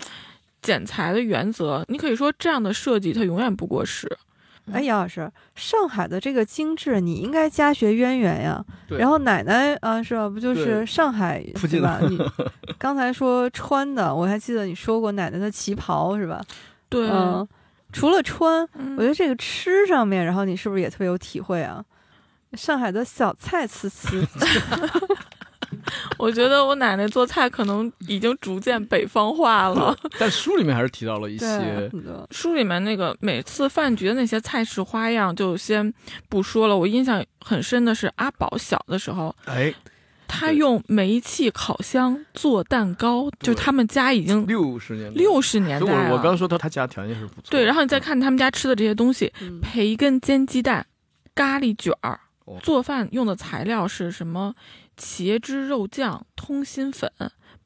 C: 剪裁的原则，你可以说这样的设计它永远不过时。
B: 嗯
A: 哎，杨老师，上海的这个精致，你应该家学渊源呀。
B: 对
A: 然后奶奶啊，是吧？不就是
B: 对
A: 上海
B: 附
A: 对
B: 近
A: 吧？你刚才说穿的，我还记得你说过奶奶的旗袍是吧？
C: 对，
A: 嗯，除了穿，
C: 嗯
A: 我觉得这个吃上面，然后你是不是也特别有体会啊？上海的小菜呲呲，
C: 我觉得我奶奶做菜可能已经逐渐北方化了。
B: 但书里面还是提到 了一
A: 对，
B: 些，
A: 很多，
C: 书里面那个每次饭局的那些菜式花样就先不说了。我印象很深的是阿宝小的时候，
B: 哎，
C: 他
B: 对
C: 用煤气烤箱做蛋糕，就
B: 对
C: 他们家已经
B: 六十年代
C: 六十年
B: 所以
C: 代
B: 我
C: 了。
B: 我刚说嗯他他家条件是不错，
C: 对，然后你再看他们家吃的这些东西，
A: 嗯
C: 培根煎鸡蛋、咖喱卷儿
B: 哦，
C: 做饭用的材料是什么？茄汁肉酱、通心粉、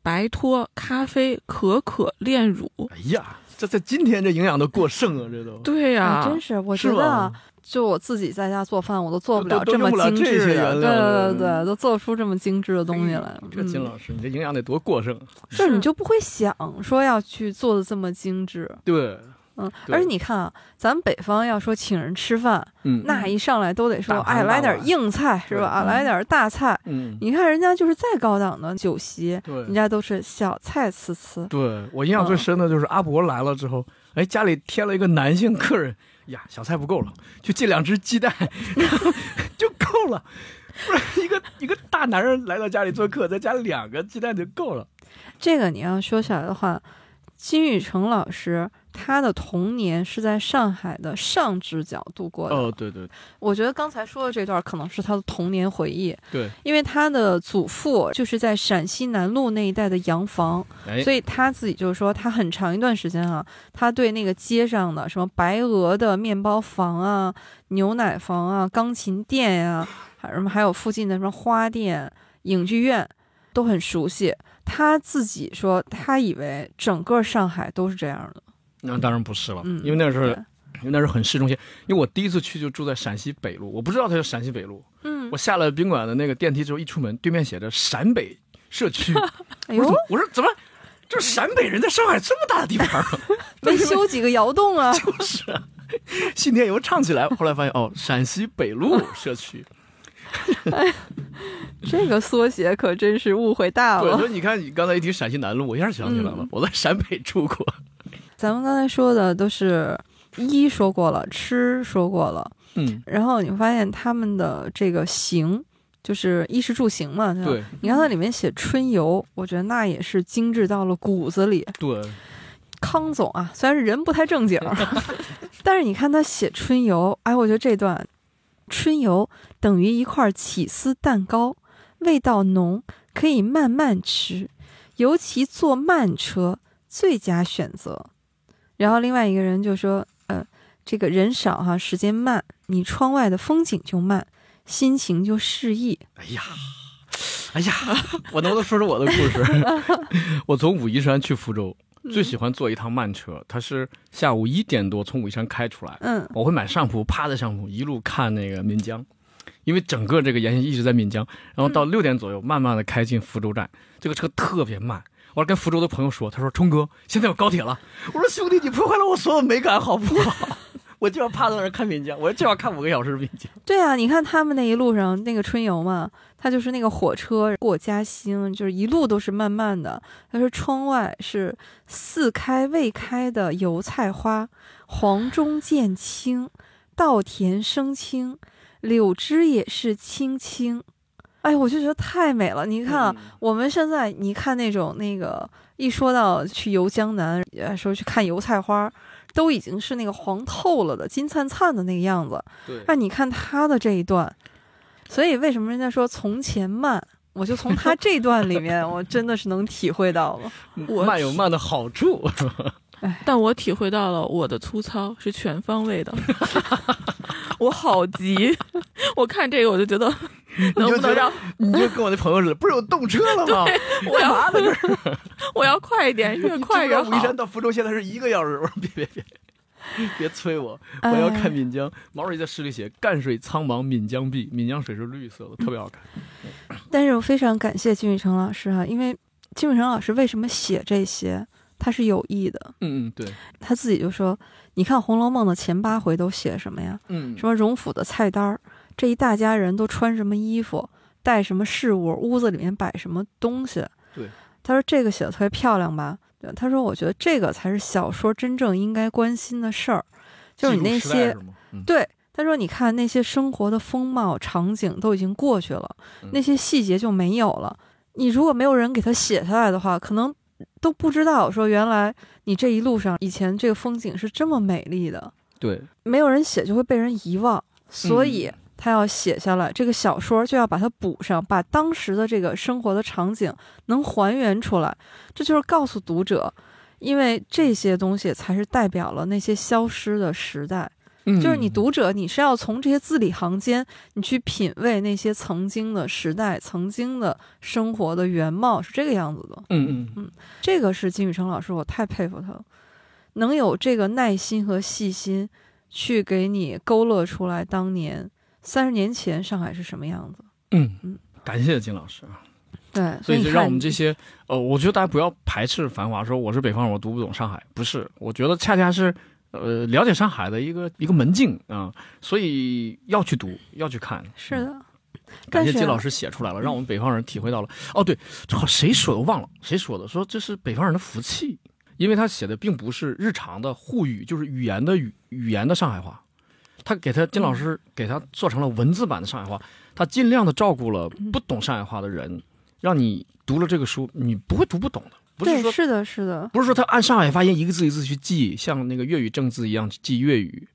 C: 白脱、咖啡、可可、炼乳。
B: 哎呀，这在今天这营养都过剩啊，这都
C: 对呀、
A: 啊真是，我
B: 是
A: 觉得啊
B: 吧，
A: 就我自己在家做饭，我都做不
B: 都
A: 了
B: 都
A: 这么
B: 用不了
A: 精
B: 这些
A: 致的，
B: 原
A: 对
B: 料了
A: 对对，都做不出这么精致的东西来。
B: 这金
A: 嗯
B: 老师，你这营养得多过剩？
A: 就是你就不会想说要去做的这么精致，
B: 对，
A: 嗯，
B: 对
A: 而且你看啊，咱们北方要说请人吃饭，
B: 嗯
A: 那一上来都得说，
B: 大盘
A: 哎，
B: 大
A: 来点
B: 碗
A: 硬菜是吧？啊，
C: 嗯
A: 来点大菜。
B: 嗯，
A: 你看人家就是再高档的酒席，
B: 对
A: 人家都是小菜呲呲。
B: 对我印
A: 嗯
B: 象最深的就是阿伯来了之后，哎，家里添了一个男性客人，呀，小菜不够了，就借两只鸡蛋 就够了。不然一个一个大男人来到家里做客，再加两个鸡蛋就够了。
A: 这个你要说起来的话，金宇澄老师他的童年是在上海的上肢角度过的。
B: 哦，对对
A: 我觉得刚才说的这段可能是他的童年回忆，
B: 对，
A: 因为他的祖父就是在陕西南路那一带的洋房，
B: 哎，
A: 所以他自己就说，他很长一段时间啊，他对那个街上的什么白鹅的面包房啊、牛奶房啊、钢琴店呀、还什么还有附近的什么花店、影剧院都很熟悉。他自己说，他以为整个上海都是这样的，
B: 那当然不是了，
A: 嗯，
B: 因为那是
A: 对，
B: 因为那是很市中心。因为我第一次去就住在陕西北路，我不知道它叫陕西北路。
A: 嗯
B: 我，下了宾馆的那个电梯之后，一出门对面写着陕北 社区，
A: 哎
B: 我说怎
A: 呦
B: 么，我说怎么，这陕北人在上海这么大的地 盘儿，
A: 得修几个窑洞啊，
B: 就是啊信天游唱起来。后来发现哦，陕西北路社区。
A: 这个缩写可真是误会大
B: 对，
A: 了
B: 所。以你看，你刚才一提陕西南路，我一下想起来了，
A: 哦嗯
B: 我在陕北住过。
A: 咱们刚才说的都是一说过了，吃说过了，
B: 嗯，
A: 然后你会发现他们的这个行，就是衣食住行嘛。吧，
B: 对
A: 你看它里面写春游，我觉得那也是精致到了骨子里。
B: 对，
A: 康总啊，虽然是人不太正经儿，但是你看他写春游，哎，我觉得这段春游等于一块起司蛋糕，味道浓，可以慢慢吃，尤其坐慢车最佳选择。然后另外一个人就说，呃，这个人少哈、时间慢，你窗外的风景就慢，心情就适宜。
B: 哎呀，哎呀，我能不能说说我的故事？我从武夷山去福州，最喜欢坐一趟慢车，它是下午一点多从武夷山开出来，
A: 嗯
B: 我会买上铺，趴在上铺一路看那个岷江。因为整个这个沿线一直在岷江，然后到六点左右，慢慢的开进福州站，这个车特别慢。我还跟福州的朋友说，他说：“冲哥，现在有高铁了。”我说：“兄弟，你破坏了我所有美感，好不好？ 我就要趴在那儿看岷江，我就要看五个小时的岷江。
A: 对啊，你看他们那一路上那个春游嘛，他就是那个火车过嘉兴，就是一路都是慢慢的。他说窗外是似开未开的油菜花，黄中见青，稻田生青，柳枝也是青青。哎，我就觉得太美了。你看
B: 嗯
A: 啊，我们现在你看那种那个一说到去游江南，呃，说去看油菜花，都已经是那个黄透了的金灿灿的那个样子。
B: 对
A: 那你看他的这一段，所以为什么人家说从前慢？我就从他这段里面，我真的是能体会到了。哎
C: 我
B: 慢有慢的好处。
C: 但我体会到了我的粗糙是全方位的，我好急，我看这个我就觉得能不能让
B: 你就跟我那朋友似的，不是有动车了吗？
C: 我要我要快一点，越快 越
B: 这武夷
C: 好
B: 山。到福州现在是一个小时，我 说别别别。别催我， 我
A: 哎
B: 要看岷江。毛主席在诗里写“赣水苍茫岷江碧”，岷江水是绿色的，特别好看。
A: 但是我非常感谢金宇澄老师哈、因为金宇澄老师为什么写这些，他是有意的。
B: 嗯嗯，对，
A: 他自己就说：“你看《红楼梦》的前八回都写什么呀？
B: 嗯
A: 什么荣府的菜单儿，这一大家人都穿什么衣服，带什么饰物，屋子里面摆什么东西。
B: 对，
A: 他说这个写的特别漂亮吧？对，他说我觉得这个才是小说真正应该关心的事儿，就是你那
B: 记录时代
A: 些
B: 是吗嗯
A: 对。他说：“你看那些生活的风貌场景都已经过去了
B: 嗯，
A: 那些细节就没有了。你如果没有人给他写下来的话，可能都不知道说原来你这一路上以前这个风景是这么美丽的。
B: 对，
A: 没有人写就会被人遗忘，所以
B: 嗯
A: 他要写下来。这个小说就要把它补上，把当时的这个生活的场景能还原出来。这就是告诉读者，因为这些东西才是代表了那些消失的时代。
B: 嗯
A: 就是你读者，你是要从这些字里行间，你去品味那些曾经的时代、曾经的生活的原貌是这个样子的。
B: 嗯嗯，
A: 这个是金宇澄老师，我太佩服他了，能有这个耐心和细心，去给你勾勒出来当年三十年前上海是什么样子。
B: 嗯
A: 嗯
B: 嗯，感谢金老师啊。
A: 对，
B: 所以
A: 你
B: 就
A: 看
B: 让我们这些，呃，我觉得大家不要排斥繁华，说我是北方人，我读不懂上海，不是，我觉得恰恰是，呃，了解上海的一个一个门径啊、所以要去读，要去看。
A: 是的，
B: 嗯感
A: 但
B: 谢
A: 是啊
B: 金老师写出来了，让我们北方人体会到了。哦，对，这好，谁说的我忘了，谁说的？说这是北方人的福气，因为他写的并不是日常的沪语，就是语言的语语言的上海话，他给他金老师
A: 嗯
B: 给他做成了文字版的上海话，他尽量的照顾了不懂上海话的人，让你读了这个书，你不会读不懂的。不是
A: 对，
B: 说
A: 是的，是的，
B: 不是说他按上海发音一个字一个字去记，像那个粤语正字一样去记粤语，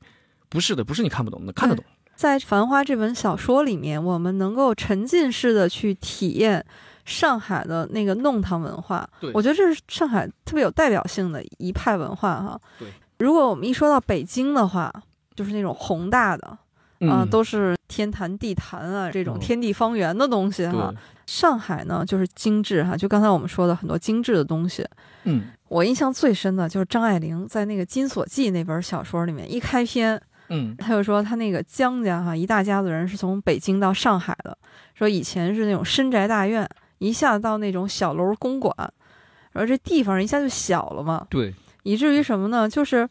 B: 不是的，不是你看不懂的，看得懂。
A: 在《繁花》这本小说里面，我们能够沉浸式的去体验上海的那个弄堂文化
B: 对。
A: 我觉得这是上海特别有代表性的一派文化哈。
B: 对，
A: 如果我们一说到北京的话，就是那种宏大的，
B: 嗯，
A: 啊、都是天坛、地坛啊这种
B: 嗯
A: 天地方圆的东西哈。
B: 对，
A: 上海呢，就是精致哈，就刚才我们说的很多精致的东西。
B: 嗯
A: 我印象最深的就是张爱玲在那个《金锁记》那本小说里面，一开篇
B: 嗯
A: 她就说她那个江家哈，一大家子人是从北京到上海的，说以前是那种深宅大院，一下子到那种小楼公馆，然后这地方一下就小了嘛，
B: 对，
A: 以至于什么呢？就是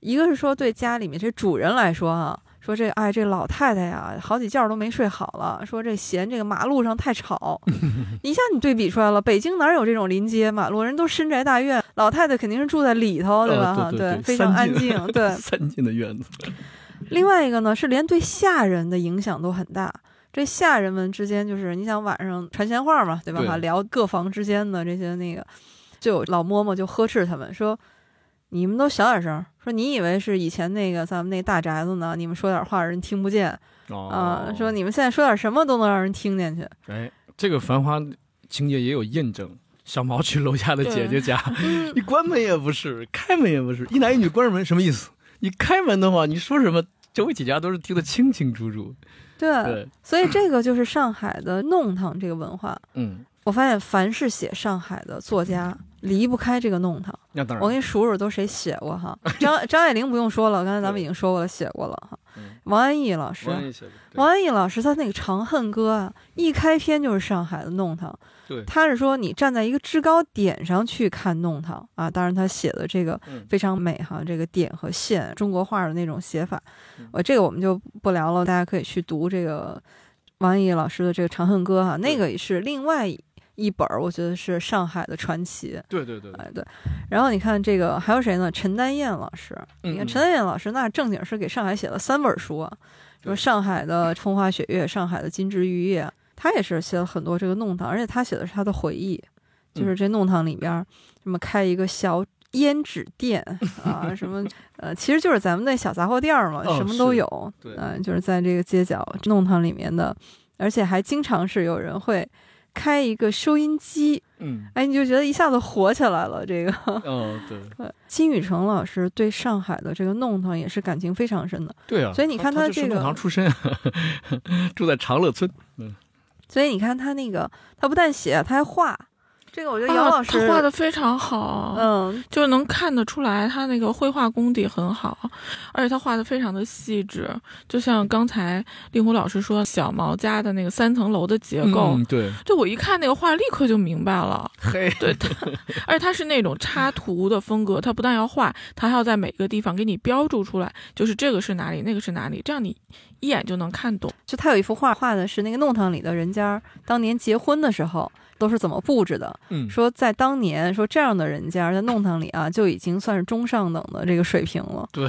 A: 一个是说对家里面这主人来说啊，说这哎这老太太呀，好几觉都没睡好了，说这嫌这个马路上太 吵。一下你对比出来了，北京哪有这种临街马路？人都深宅大院，老太太肯定是住在里头，对吧？
B: 呃对对对
A: 非常安
B: 三，
A: 静。对
B: 三进的院子，
A: 另外一个呢是连对下人的影响都很大。这下人们之间，就是你想晚上传闲话嘛，对吧？
B: 对
A: 哈，聊各房之间的这些那个，就有老嬷嬷就呵斥他们说：“你们都小点声儿，说你以为是以前那个咱们那大宅子呢？你们说点话人听不见啊、
B: 哦，
A: 说你们现在说点什么都能让人听见去。
B: 哎，这个《繁花》情节也有印证。小毛去楼下的姐姐家，
A: 嗯
B: 你关门也不是，开门也不是，一男一女关上门什么意思？你开门的话，你说什么，周围几家都是听得清清楚楚。
A: 对，
B: 对，
A: 所以这个就是上海的弄堂这个文化。
B: 嗯，
A: 我发现凡是写上海的作家离不开这个弄堂。
B: 那当
A: 我
B: 然，
A: 给你数数都谁写过哈？张张爱玲不用说了，刚才咱们已经说过了，写过了哈
B: 嗯。
A: 王安忆老师，
B: 我也写过对
A: 王安忆老师他那个《长恨歌》啊，一开篇就是上海的弄堂。
B: 对
A: 他是说你站在一个制高点上去看弄堂啊，当然他写的这个
B: 嗯
A: 非常美哈，这个点和线，中国画的那种写法
B: 嗯，
A: 我、这个我们就不聊了，大家可以去读这个王安忆老师的这个《长恨歌》哈，那个也是另外一本儿，我觉得是上海的传奇。
B: 对对对，
A: 哎，对。然后你看这个还有谁呢？陈丹燕老师，你看
B: 嗯
A: 陈丹燕老师那正经是给上海写了三本书啊，什么
B: 对
A: 上海的风花雪月、上海的金枝玉叶，他也是写了很多这个弄堂，而且他写的是他的回忆，
B: 嗯
A: 就是这弄堂里边儿什么开一个小。胭脂 店啊，什么呃，其实就是咱们那小杂货店儿嘛，
B: 哦
A: 什么都
B: 是
A: 有。
B: 对
A: 嗯、就是在这个街角弄堂里面的，而且还经常是有人会开一个收音机，
B: 嗯，
A: 哎，你就觉得一下子火起来了。这个
B: 哦，对，
A: 金宇澄老师对上海的这个弄堂也是感情非常深的，
B: 对啊。
A: 所以你看
B: 他
A: 他
B: 就是
A: 这个
B: 弄堂出身，啊 住在长乐村。
A: 所以你看他那个，他不但写，他还画。这个我觉得
C: 啊
A: 姚老师、
C: 他画的非常好，
A: 嗯，
C: 就能看得出来他那个绘画功底很好，而且他画的非常的细致，就像刚才令狐老师说小毛家的那个三层楼的结构，
B: 嗯， 对，
C: 就我一看那个画立刻就明白了，
B: 嘿，
C: 对他，而且他是那种插
B: 嗯
C: 图的风格，他不但要画，他还要在每个地方给你标注出来，就是这个是哪里，那个是哪里，这样你一眼就能看懂。
A: 就他有一幅画，画的是那个弄堂里的人家当年结婚的时候都是怎么布置的。
B: 嗯，
A: 说在当年，说这样的人家在弄堂里啊，就已经算是中上等的这个水平了。
B: 对，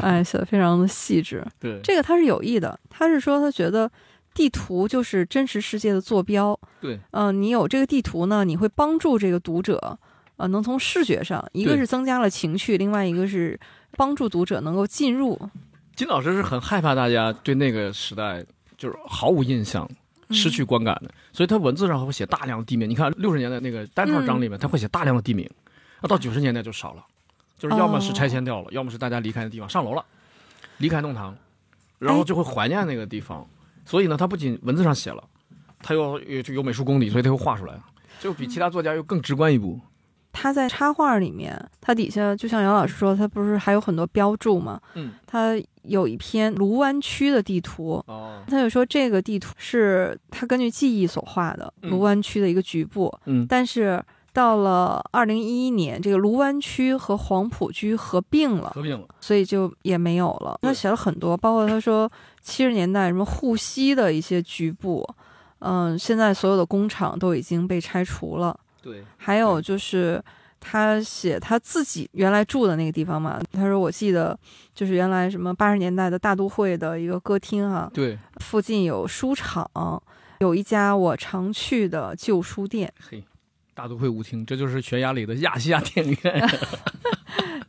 A: 哎，写的非常的细致。
B: 对，
A: 这个他是有意的，他是说他觉得地图就是真实世界的坐标。
B: 对，
A: 嗯、你有这个地图呢，你会帮助这个读者，呃，能从视觉上，一个
B: 对
A: 是增加了情趣，另外一个是帮助读者能够进入。
B: 金老师是很害怕大家对那个时代就是毫无印象、
C: 嗯
B: 失去观感的，所以他文字上会写大量的地名。你看六十年代那个单套章里面，他会写大量的地名，那到九十年代就少了，就是要么是拆迁掉了，要么是大家离开的地方上楼了，离开弄堂，然后就会怀念那个地方。所以呢，他不仅文字上写了，他又有有美术功底，所以他又画出来，就比其他作家又更直观一步。
A: 他在插画里面，他底下就像杨老师说，他不是还有很多标注吗？
B: 嗯，
A: 他有一篇卢湾区的地图，
B: 哦，
A: 他就说这个地图是他根据记忆所画的
B: 嗯
A: 卢湾区的一个局部，
B: 嗯
A: 但是到了二零一一年，这个卢湾区和黄浦区合并了，
B: 合并了，
A: 所以就也没有了。他
B: 对
A: 写了很多，包括他说七十年代什么沪西的一些局部，嗯，现在所有的工厂都已经被拆除了。
B: 对，
A: 还有就是他写他自己原来住的那个地方嘛，他说我记得就是原来什么八十年代的大都会的一个歌厅哈、
B: 对，
A: 附近有书场，有一家我常去的旧书店。
B: 嘿，大都会舞厅，这就是悬崖里的亚细亚电影院，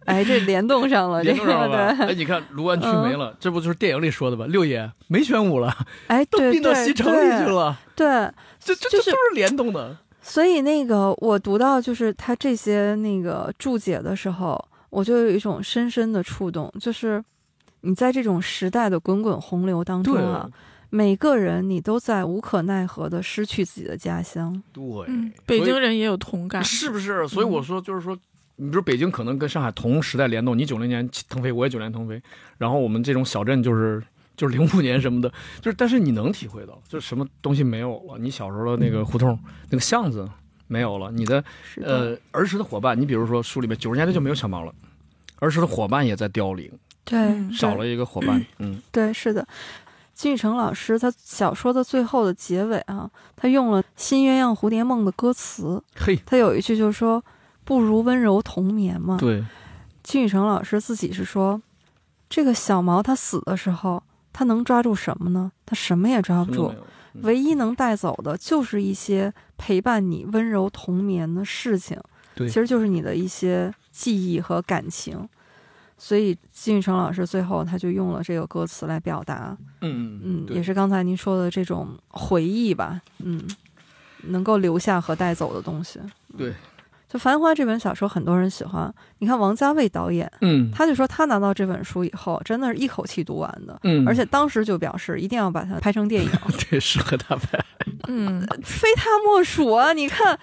A: 哎，这联动上了，这
B: 联动上了
A: 个
B: 吧？
A: 对，嗯
B: 哎，你看卢湾区没了，这不就是电影里说的吗？六爷没玄武了，
A: 哎，
B: 都
A: 对
B: 并到
A: 对
B: 西城里去
A: 对
B: 了，
A: 对，
B: 这
A: 就
B: 这这
A: 是
B: 都是联动的。
A: 所以那个我读到就是他这些那个注解的时候，我就有一种深深的触动，就是你在这种时代的滚滚洪流当中啊，每个人你都在无可奈何的失去自己的家乡。
B: 对
C: 嗯，，北
B: 所以
C: 京人也有同
A: 啊
C: 感，
B: 是不是？所以
A: 嗯
B: 我说，就是说，你比如北京可能跟上海同时代联动，你九零年腾飞，我也九零年腾飞，然后我们这种小镇就是就是零五年什么的，就是但是你能体会到，就是什么东西没有了，你小时候的那个胡同、那个巷子没有了，你的
A: 是的，
B: 呃儿时的伙伴，你比如说书里面九十年代就没有小猫了。儿时的伙伴也在凋零，
A: 对，
C: 嗯
B: 少了一个伙伴。嗯，
A: 对，是的。金宇澄老师他小说的最后的结尾啊，他用了《新鸳鸯蝴蝶梦》的歌词，
B: 嘿，
A: 他有一句就是说“不如温柔同眠”嘛。
B: 嗯对，
A: 金宇澄老师自己是说，这个小毛他死的时候，他能抓住什么呢？他什么也抓
B: 什
A: 不
B: 么都
A: 住
B: 没，有。嗯
A: 唯一能带走的就是一些陪伴你温柔同眠的事情，
B: 对
A: 其实就是你的一些记忆和感情。所以金宇澄老师最后他就用了这个歌词来表达，
B: 嗯
A: 嗯，
B: 对
A: 也是刚才您说的这种回忆吧，嗯，能够留下和带走的东西。
B: 对
A: 嗯就《繁花》这本小说，很多人喜欢。你看王家卫导演，
B: 嗯
A: 他就说他拿到这本书以后，真的是一口气读完的，
B: 嗯，
A: 而且当时就表示一定要把它拍成电影，
B: 对适合他拍。
C: 嗯，
A: 非他莫属啊！你看。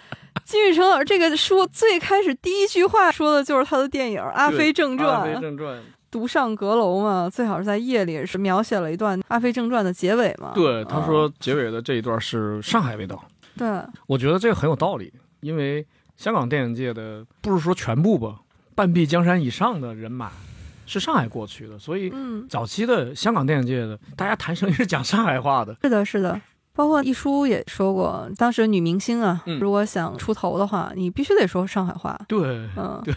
A: 金宇澄老师这个书最开始第一句话说的就是他的电影《阿飞正传》，
B: 阿飞正传，
A: 独上阁楼嘛，最好是在夜里是描写了一段《阿飞正传》的结尾嘛。
B: 对，他
A: 啊
B: 说结尾的这一段是上海味道，
A: 对，
B: 我觉得这个很有道理，因为香港电影界的不是说全部吧，半壁江山以上的人马是上海过去的，所以
A: 嗯，
B: 早期的香港电影界的大家谈生意是讲上海话的。
A: 是的，是的。包括一书也说过，当时女明星啊，
B: 嗯
A: 如果想出头的话，你必须得说上海话。
B: 对，
A: 嗯，对。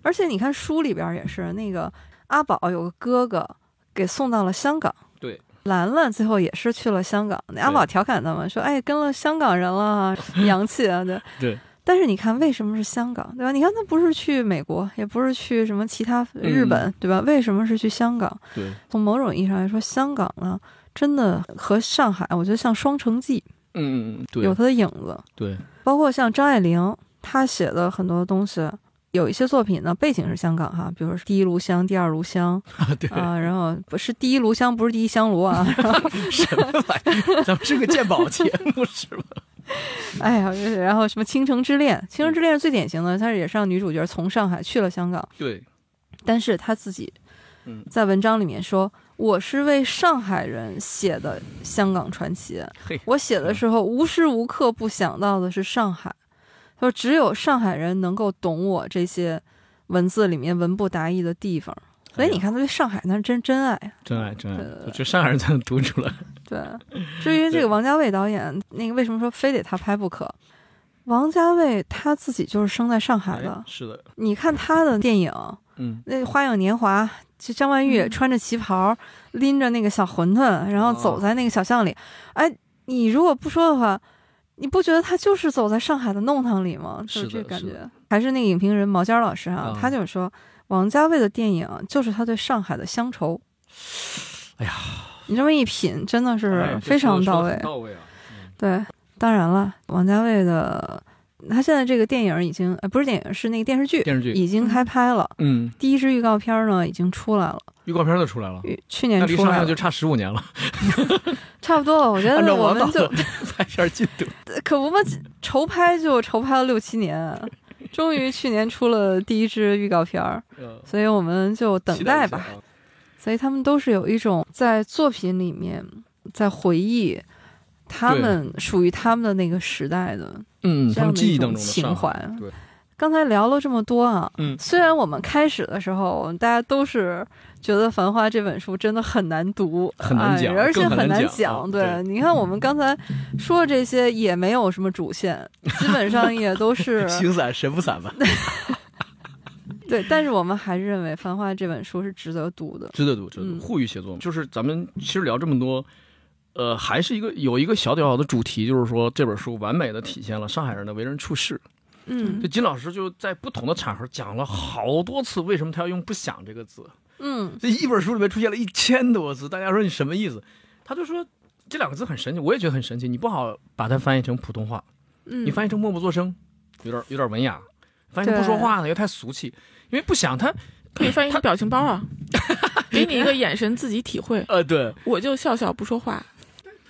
A: 而且你看书里边儿也是，那个阿宝有个哥哥给送到了香港。
B: 对。
A: 兰兰最后也是去了香港，那阿宝调侃他们说：“哎，跟了香港人了啊， 洋气啊！”对。
B: 对。
A: 但是你看，为什么是香港，对吧？你看他不是去美国，也不是去什么其他
B: 嗯
A: 日本，对吧？为什么是去香港？
B: 对，
A: 从某种意义上来说，香港呢，真的和上海，我觉得像双城记，
B: 嗯，
A: 有
B: 对，
A: 它的影子。
B: 对，
A: 包括像张爱玲，她写的很多东西，有一些作品呢背景是香港哈，比如说《第一炉香》《第二炉香》
B: 对，
A: 啊、然后不是《第一炉香》，不是《第一香炉》 啊，然后
B: 什么玩意儿？咱们是个鉴宝节目是吧？
A: 哎呀，然后什么《倾城之恋》，《倾城之恋》是最典型的，它也是让女主角从上海去了香港，
B: 对，
A: 但是她自己
B: 嗯
A: 在文章里面说。我是为上海人写的香港传奇
B: 嘿，
A: 我写的时候无时无刻不想到的是上海。他说，只有上海人能够懂我这些文字里面文不达意的地方。
B: 哎
A: 所以你看，他对上海那是真真爱啊。
B: 真爱，真爱，
A: 对
B: 我觉得上海人才能读出来。
A: 对，至于这
B: 对
A: 个王家卫导演，那个为什么说非得他拍不可？王家卫他自己就是生在上海
B: 哎
A: 的，
B: 是的，
A: 你看他的电影，
B: 嗯，
A: 那《花样年华》，就张曼玉
C: 嗯
A: 穿着旗袍，拎着那个小馄饨，然后
B: 哦
A: 走在那个小巷里。哎，你如果不说的话，你不觉得他就是走在上海的弄堂里吗？就是这
B: 的
A: 感
B: 是的
A: 觉。还是那个影评人毛尖儿老师啊，
B: 啊
A: 他就是说，王家卫的电影就是他对上海的乡愁。
B: 哎呀，
A: 你这么一品，真的
B: 哎
A: 是
B: 这
A: 非常到
B: 说得说得
A: 位。
B: 很到位啊。
A: 对，当然了，王家卫的他现在这个电影已经，呃，不是电影，是那个电视剧
B: 电视剧，
A: 已经开拍了。
B: 嗯，
A: 第一支预告片儿呢已经出来了，
B: 预告片都出来了，
A: 与去
B: 那
A: 年
B: 离
A: 出
B: 上
A: 来
B: 映
A: 了
B: 就，差十五 年了。
A: 差不 多。我觉
B: 按
A: 得
B: 照
A: 嗯我
B: 我
A: 们
B: 们
A: 就
B: 的 拍片进度，
A: 可不嘛，筹拍就筹拍了六七年，啊终于去年出了第一支预告片儿，所以我们就 等待吧。
B: 啊
A: 所以他们都是有一种在作品里面在回忆他们属于他们的那个时代的
B: 嗯，
A: 这
B: 他
A: 样
B: 们
A: 的
B: 记
A: 一
B: 忆当
A: 种
B: 中的
A: 情
B: 上海
A: 怀。
B: 对
A: 刚才聊了这么多啊，
B: 嗯
A: 虽然我们开始的时候大家都是觉得《繁花》这本书真的很难读，
B: 很难讲
A: 哎、而且
B: 更很
A: 很
B: 难
A: 难
B: 讲嗯
A: 对，
B: 对
A: 你看我们刚才说的这些也没有什么主 线，基本上也都是
B: 星散神不散吧，
A: 对，但是我们还是认为《繁花》这本书是值得读的。
B: 值得读，值得
A: 嗯
B: 读。沪语写作就是咱们其实聊这么多，呃，还是一个有一个小小的主题，就是说这本书完美的体现了上海人的为人处事。
A: 嗯
B: 就金老师就在不同的场合讲了好多次，为什么他要用“不想”这个字？
A: 嗯
B: 这一本书里面出现了一千多字，大家说你什么意思？他就说这两个字很神奇，我也觉得很神奇。你不好把它翻译成普通话，
A: 嗯，
B: 你翻译成默不作声，有点有点文雅；翻译成不说话呢，又太俗气。因为不想他，
C: 可以翻译成表情包 啊，给你一个眼神自己体会。
B: 呃，对，
C: 我就笑笑不说 话，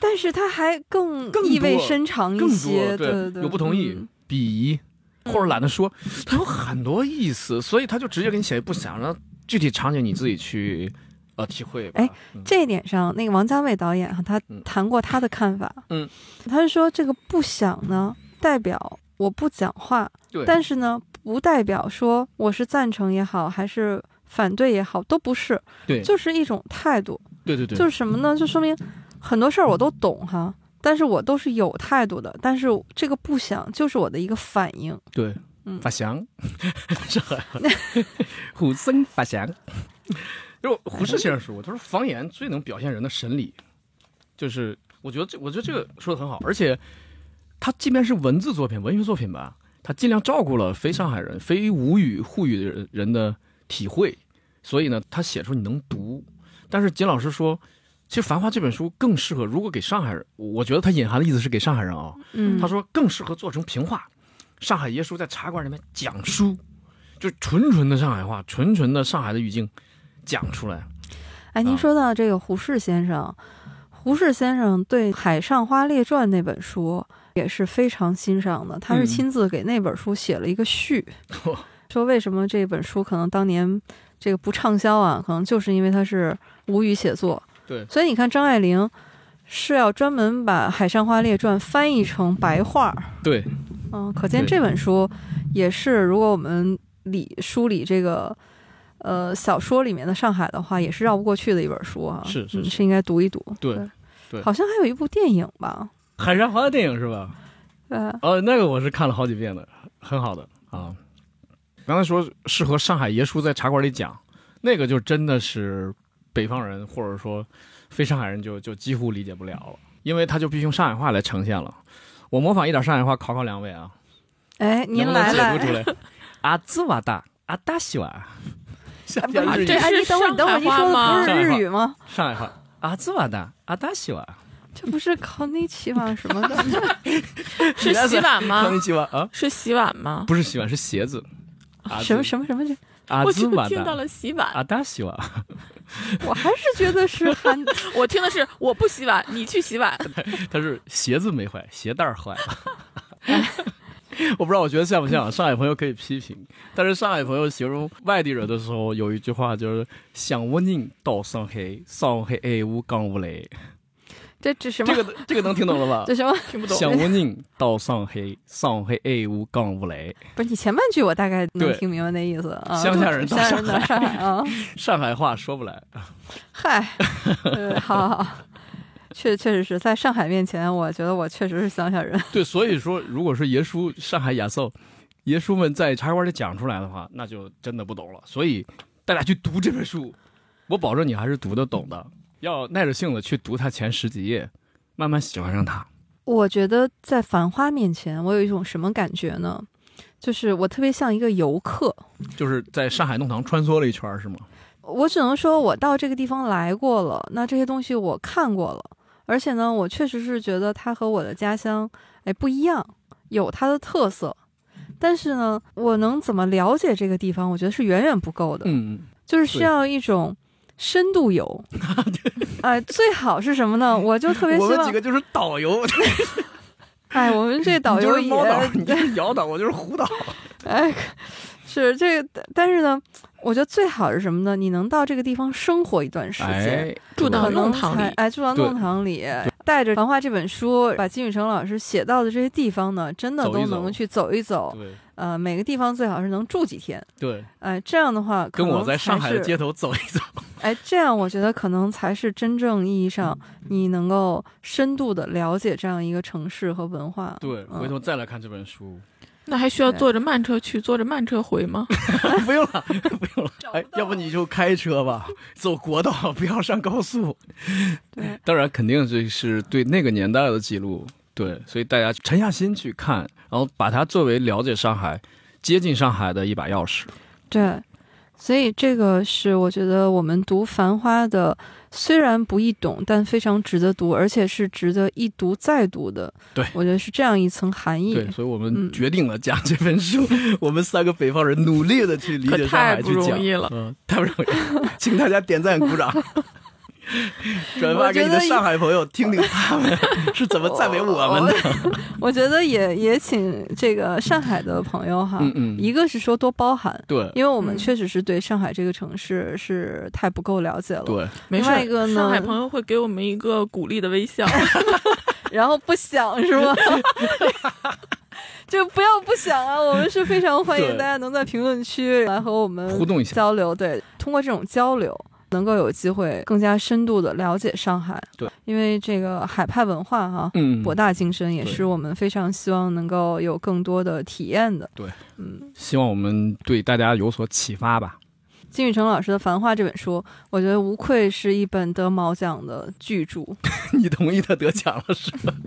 A: 但是他还更
B: 更
A: 意味
B: 多
A: 深长一
B: 更
A: 些，
B: 多对
A: 对对，
B: 有不同意
A: 嗯
B: 鄙夷或者懒得说，他有很多意思，所以他就直接给你写不想，然后具体场景你自己去呃体会吧。
A: 哎
B: 嗯，
A: 这一点上，那个王家卫导演哈，他
B: 嗯
A: 谈过他的看法。
B: 嗯，
A: 他是说这个不想呢，代表我不讲话，
B: 对，
A: 但是呢，不代表说我是赞成也好，还是反对也好，都不是，
B: 对
A: 就是一种态度。
B: 对对对，
A: 就是什么呢？就说明很多事儿我都懂哈，但是我都是有态度的，但是这个不想就是我的一个反应。
B: 对，
A: 嗯
B: 法祥， 是很虎森法祥。就胡适先生说过，他说方言最能表现人的神理，就是我觉得这，我觉得这个说的很好，而且他即便是文字作品、文学作品吧，他尽量照顾了非上海人、非吴语、沪语的人人的体会，所以呢，他写出你能读。但是金老师说，其实《繁花》这本书更适合，如果给上海人，我觉得他隐含的意思是给上海人啊、
A: 嗯，
B: 他说更适合做成评话。上海爷叔在茶馆里面讲书，就是纯纯的上海话，纯纯的上海的语境讲出来。
A: 哎，您
B: 啊
A: 说到这个胡适先生，胡适先生对《海上花列传》那本书也是非常欣赏的，他
B: 嗯哦
A: 是亲自给那本书写了一个 序，说为什么这本书可能当年这个不畅销啊，可能就是因为它是吴语写作。
B: 对
A: 所以你看张爱玲是要专门把《海上花列传》翻译成白话，
B: 对，
A: 嗯，可见
B: 对
A: 这本书也是，如果我们理梳理这个呃小说里面的上海的话，也是绕不过去的一本书啊。
B: 是是
A: 嗯
B: 是
A: 是应该读一读。
B: 对对
A: 好像还有一部电影吧？
B: 海上花的电影是吧？
A: 对，
B: 呃，那个我是看了好几遍的，很好的啊。刚才说适合上海爷叔在茶馆里讲，那个就真的是北方人或者说非上海人就就几乎理解不了了，因为他就必须用上海话来呈现了。我模仿一点上海话考考两位啊，
A: 哎，您来
B: 能不能
A: 来，
B: 解读出来？阿兹瓦达，阿达西 瓦，夏
A: 不是
B: 日语
C: 这
A: 哎，你等会儿，你等会儿，您说的不是
B: 上海话
A: 日语吗？
B: 上海话，阿兹瓦达，阿达西瓦，
A: 这不是考尼奇吗？什么的？
C: 是洗碗吗
B: 康？尼基瓦啊，
C: 是洗碗吗？
B: 不是洗碗是鞋子，阿兹
A: 什么什么什么这？
B: 阿
C: 我
B: 兹
C: 就
B: 瓦
C: 听到
B: 达，
C: 了洗碗，
B: 阿达西瓦，
A: 我还是觉得是韩。
C: 我听的是我不洗碗，你去洗碗。
B: 他是鞋子没坏，鞋带儿 坏了。我不知道，我觉得像不像上海朋友可以批评，但是上海朋友形容外地人的时候有一句话就是“想我宁到上海，上海爱我港无来
A: 这这”，什么
B: 这？个这个能听懂了吧？
A: 这什么？
C: 听不懂，
B: 想我宁到上海，上海爱我港无来。
A: 不是你前半句我大概能
B: 对
A: 听明白那意思啊。
B: 乡下人到
A: 乡下人到上海啊。
B: 上海话说不来，
A: 嗨， 呃，好好好，确确实是在上海面前，我觉得我确实是乡下人。
B: 对，所以说，如果是爷叔上海亚瑟，爷叔们在茶馆里讲出来的话，那就真的不懂了。所以大家去读这本书，我保证你还是读得懂的，要耐着性子去读它前十几页，慢慢喜欢上它。
A: 我觉得在繁花面前，我有一种什么感觉呢？就是我特别像一个游客，
B: 就是在上海弄堂穿梭了一圈儿，是吗？
A: 我只能说我到这个地方来过了，那这些东西我看过了，而且呢，我确实是觉得它和我的家乡哎不一样，有它的特色。但是呢，我能怎么了解这个地方？我觉得是远远不够的。
B: 嗯，
A: 就是需
B: 对
A: 要一种深度 游。哎，最好是什么呢？我就特别希望，
B: 个就是导游，
A: 哎，我们这导
B: 你就
A: 游
B: 是
A: 也，
B: 猫导， 你就是摇导，我就是胡导。
A: 哎，是这个，但是呢，我觉得最好是什么呢？你能到这个地方生活一段时间。
B: 哎，
C: 住到
A: 可能
C: 弄堂
A: 才
C: 里
A: 哎，住到
B: 对
A: 弄堂里，带着《繁花》这本书，把金宇澄老师写到的这些地方呢，真的
B: 走一
A: 都
B: 走
A: 能去走一走。
B: 对
A: 呃，每个地方最好是能住几天，
B: 对，
A: 哎，这样的话，可
B: 跟我
A: 能
B: 在上
A: 才
B: 海的
A: 是
B: 街头走一走。
A: 哎，这样我觉得可能才是真正意义上
B: 嗯
A: 你能够深度的了解这样一个城市和文化。
B: 对，
A: 嗯
B: 回头再来看这本书，
C: 那还需要
A: 对
C: 坐着慢车去，坐着慢车回吗？
B: 不用了，不用了
A: 找。不
B: 哎，要不
A: 到
B: 你就开车吧，走国道，不要上高速。
A: 对，
B: 当然，肯定这是对那个年代的记录。对，所以大家沉下心去看，然后把它作为了解上海、接近上海的一把钥匙。
A: 对，所以这个是我觉得我们读《繁花》的，虽然不易懂，但非常值得读，而且是值得一读再读的。
B: 对
A: 我觉得是这样一层含义。
B: 对，所以 我们
A: 嗯
B: 决定了讲这本书。 我们三个北方人努力的去理解
C: 可
B: 上海，
C: 太
B: 去
C: 不
B: 讲，
C: 容易了
B: 嗯，太不容易了，请大家点赞鼓掌。转发给你的
A: 我觉得
B: 上海朋友，听听他们是怎么赞美我们的。
A: 我觉得也也请这个上海的朋友哈，
B: 嗯嗯
A: 一个是说多包涵，
B: 对
A: 因为我们
C: 嗯
A: 确实是对上海这个城市是太不够了解了。
B: 对，
A: 另
C: 没事
A: 外
C: 儿，
A: 一个呢
C: 上海朋友会给我们一个鼓励的微笑。
A: 然后不想是吗？ 就不要不想啊！我们是非常欢迎
B: 对
A: 大家能在评论区来和我们
B: 互动一下
A: 交流。对，通过这种交流，能够有机会更加深度的了解上海。
B: 对，
A: 因为这个海派文化哈、
B: 嗯，
A: 博大精深，也
B: 对
A: 是我们非常希望能够有更多的体验的。
B: 对，
A: 嗯，
B: 希望我们对大家有所启发吧。
A: 金宇澄老师的《繁花》这本书，我觉得无愧是一本得毛奖的巨 著。
B: 你同意他得奖了是吧？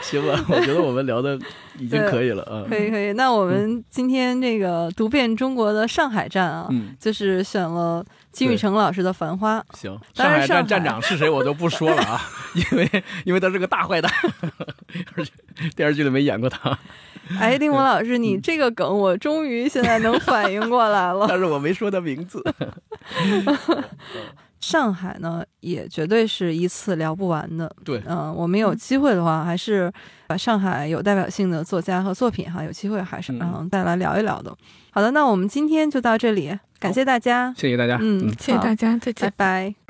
B: 行吧，我觉得我们聊的已经可以了 啊。
A: 可以可以，那我们今天这个读遍中国的上海站啊，
B: 嗯，
A: 就是选了金宇
B: 对
A: 澄老师的《繁花》。
B: 行，
A: 当
B: 上
A: 然
B: 海
A: 上海
B: 站站长是谁我就不说 了啊，因为因为他是个大坏蛋，而且电视剧里没演过他，
A: 哎，令狐老师，你这个梗我终于现在能反应过来了。
B: 但是我没说他名字。
A: 上海呢，也绝对是一次聊不完的。
B: 对
A: 嗯、我们有机会的话，还是把上海有代表性的作家和作品哈，有机会还是
B: 嗯
A: 嗯再来聊一聊的。好的，那我们今天就到这里，感谢大家，
B: 谢谢大家，
A: 嗯，
C: 谢谢大
A: 好，
C: 家，再见
A: 拜。拜。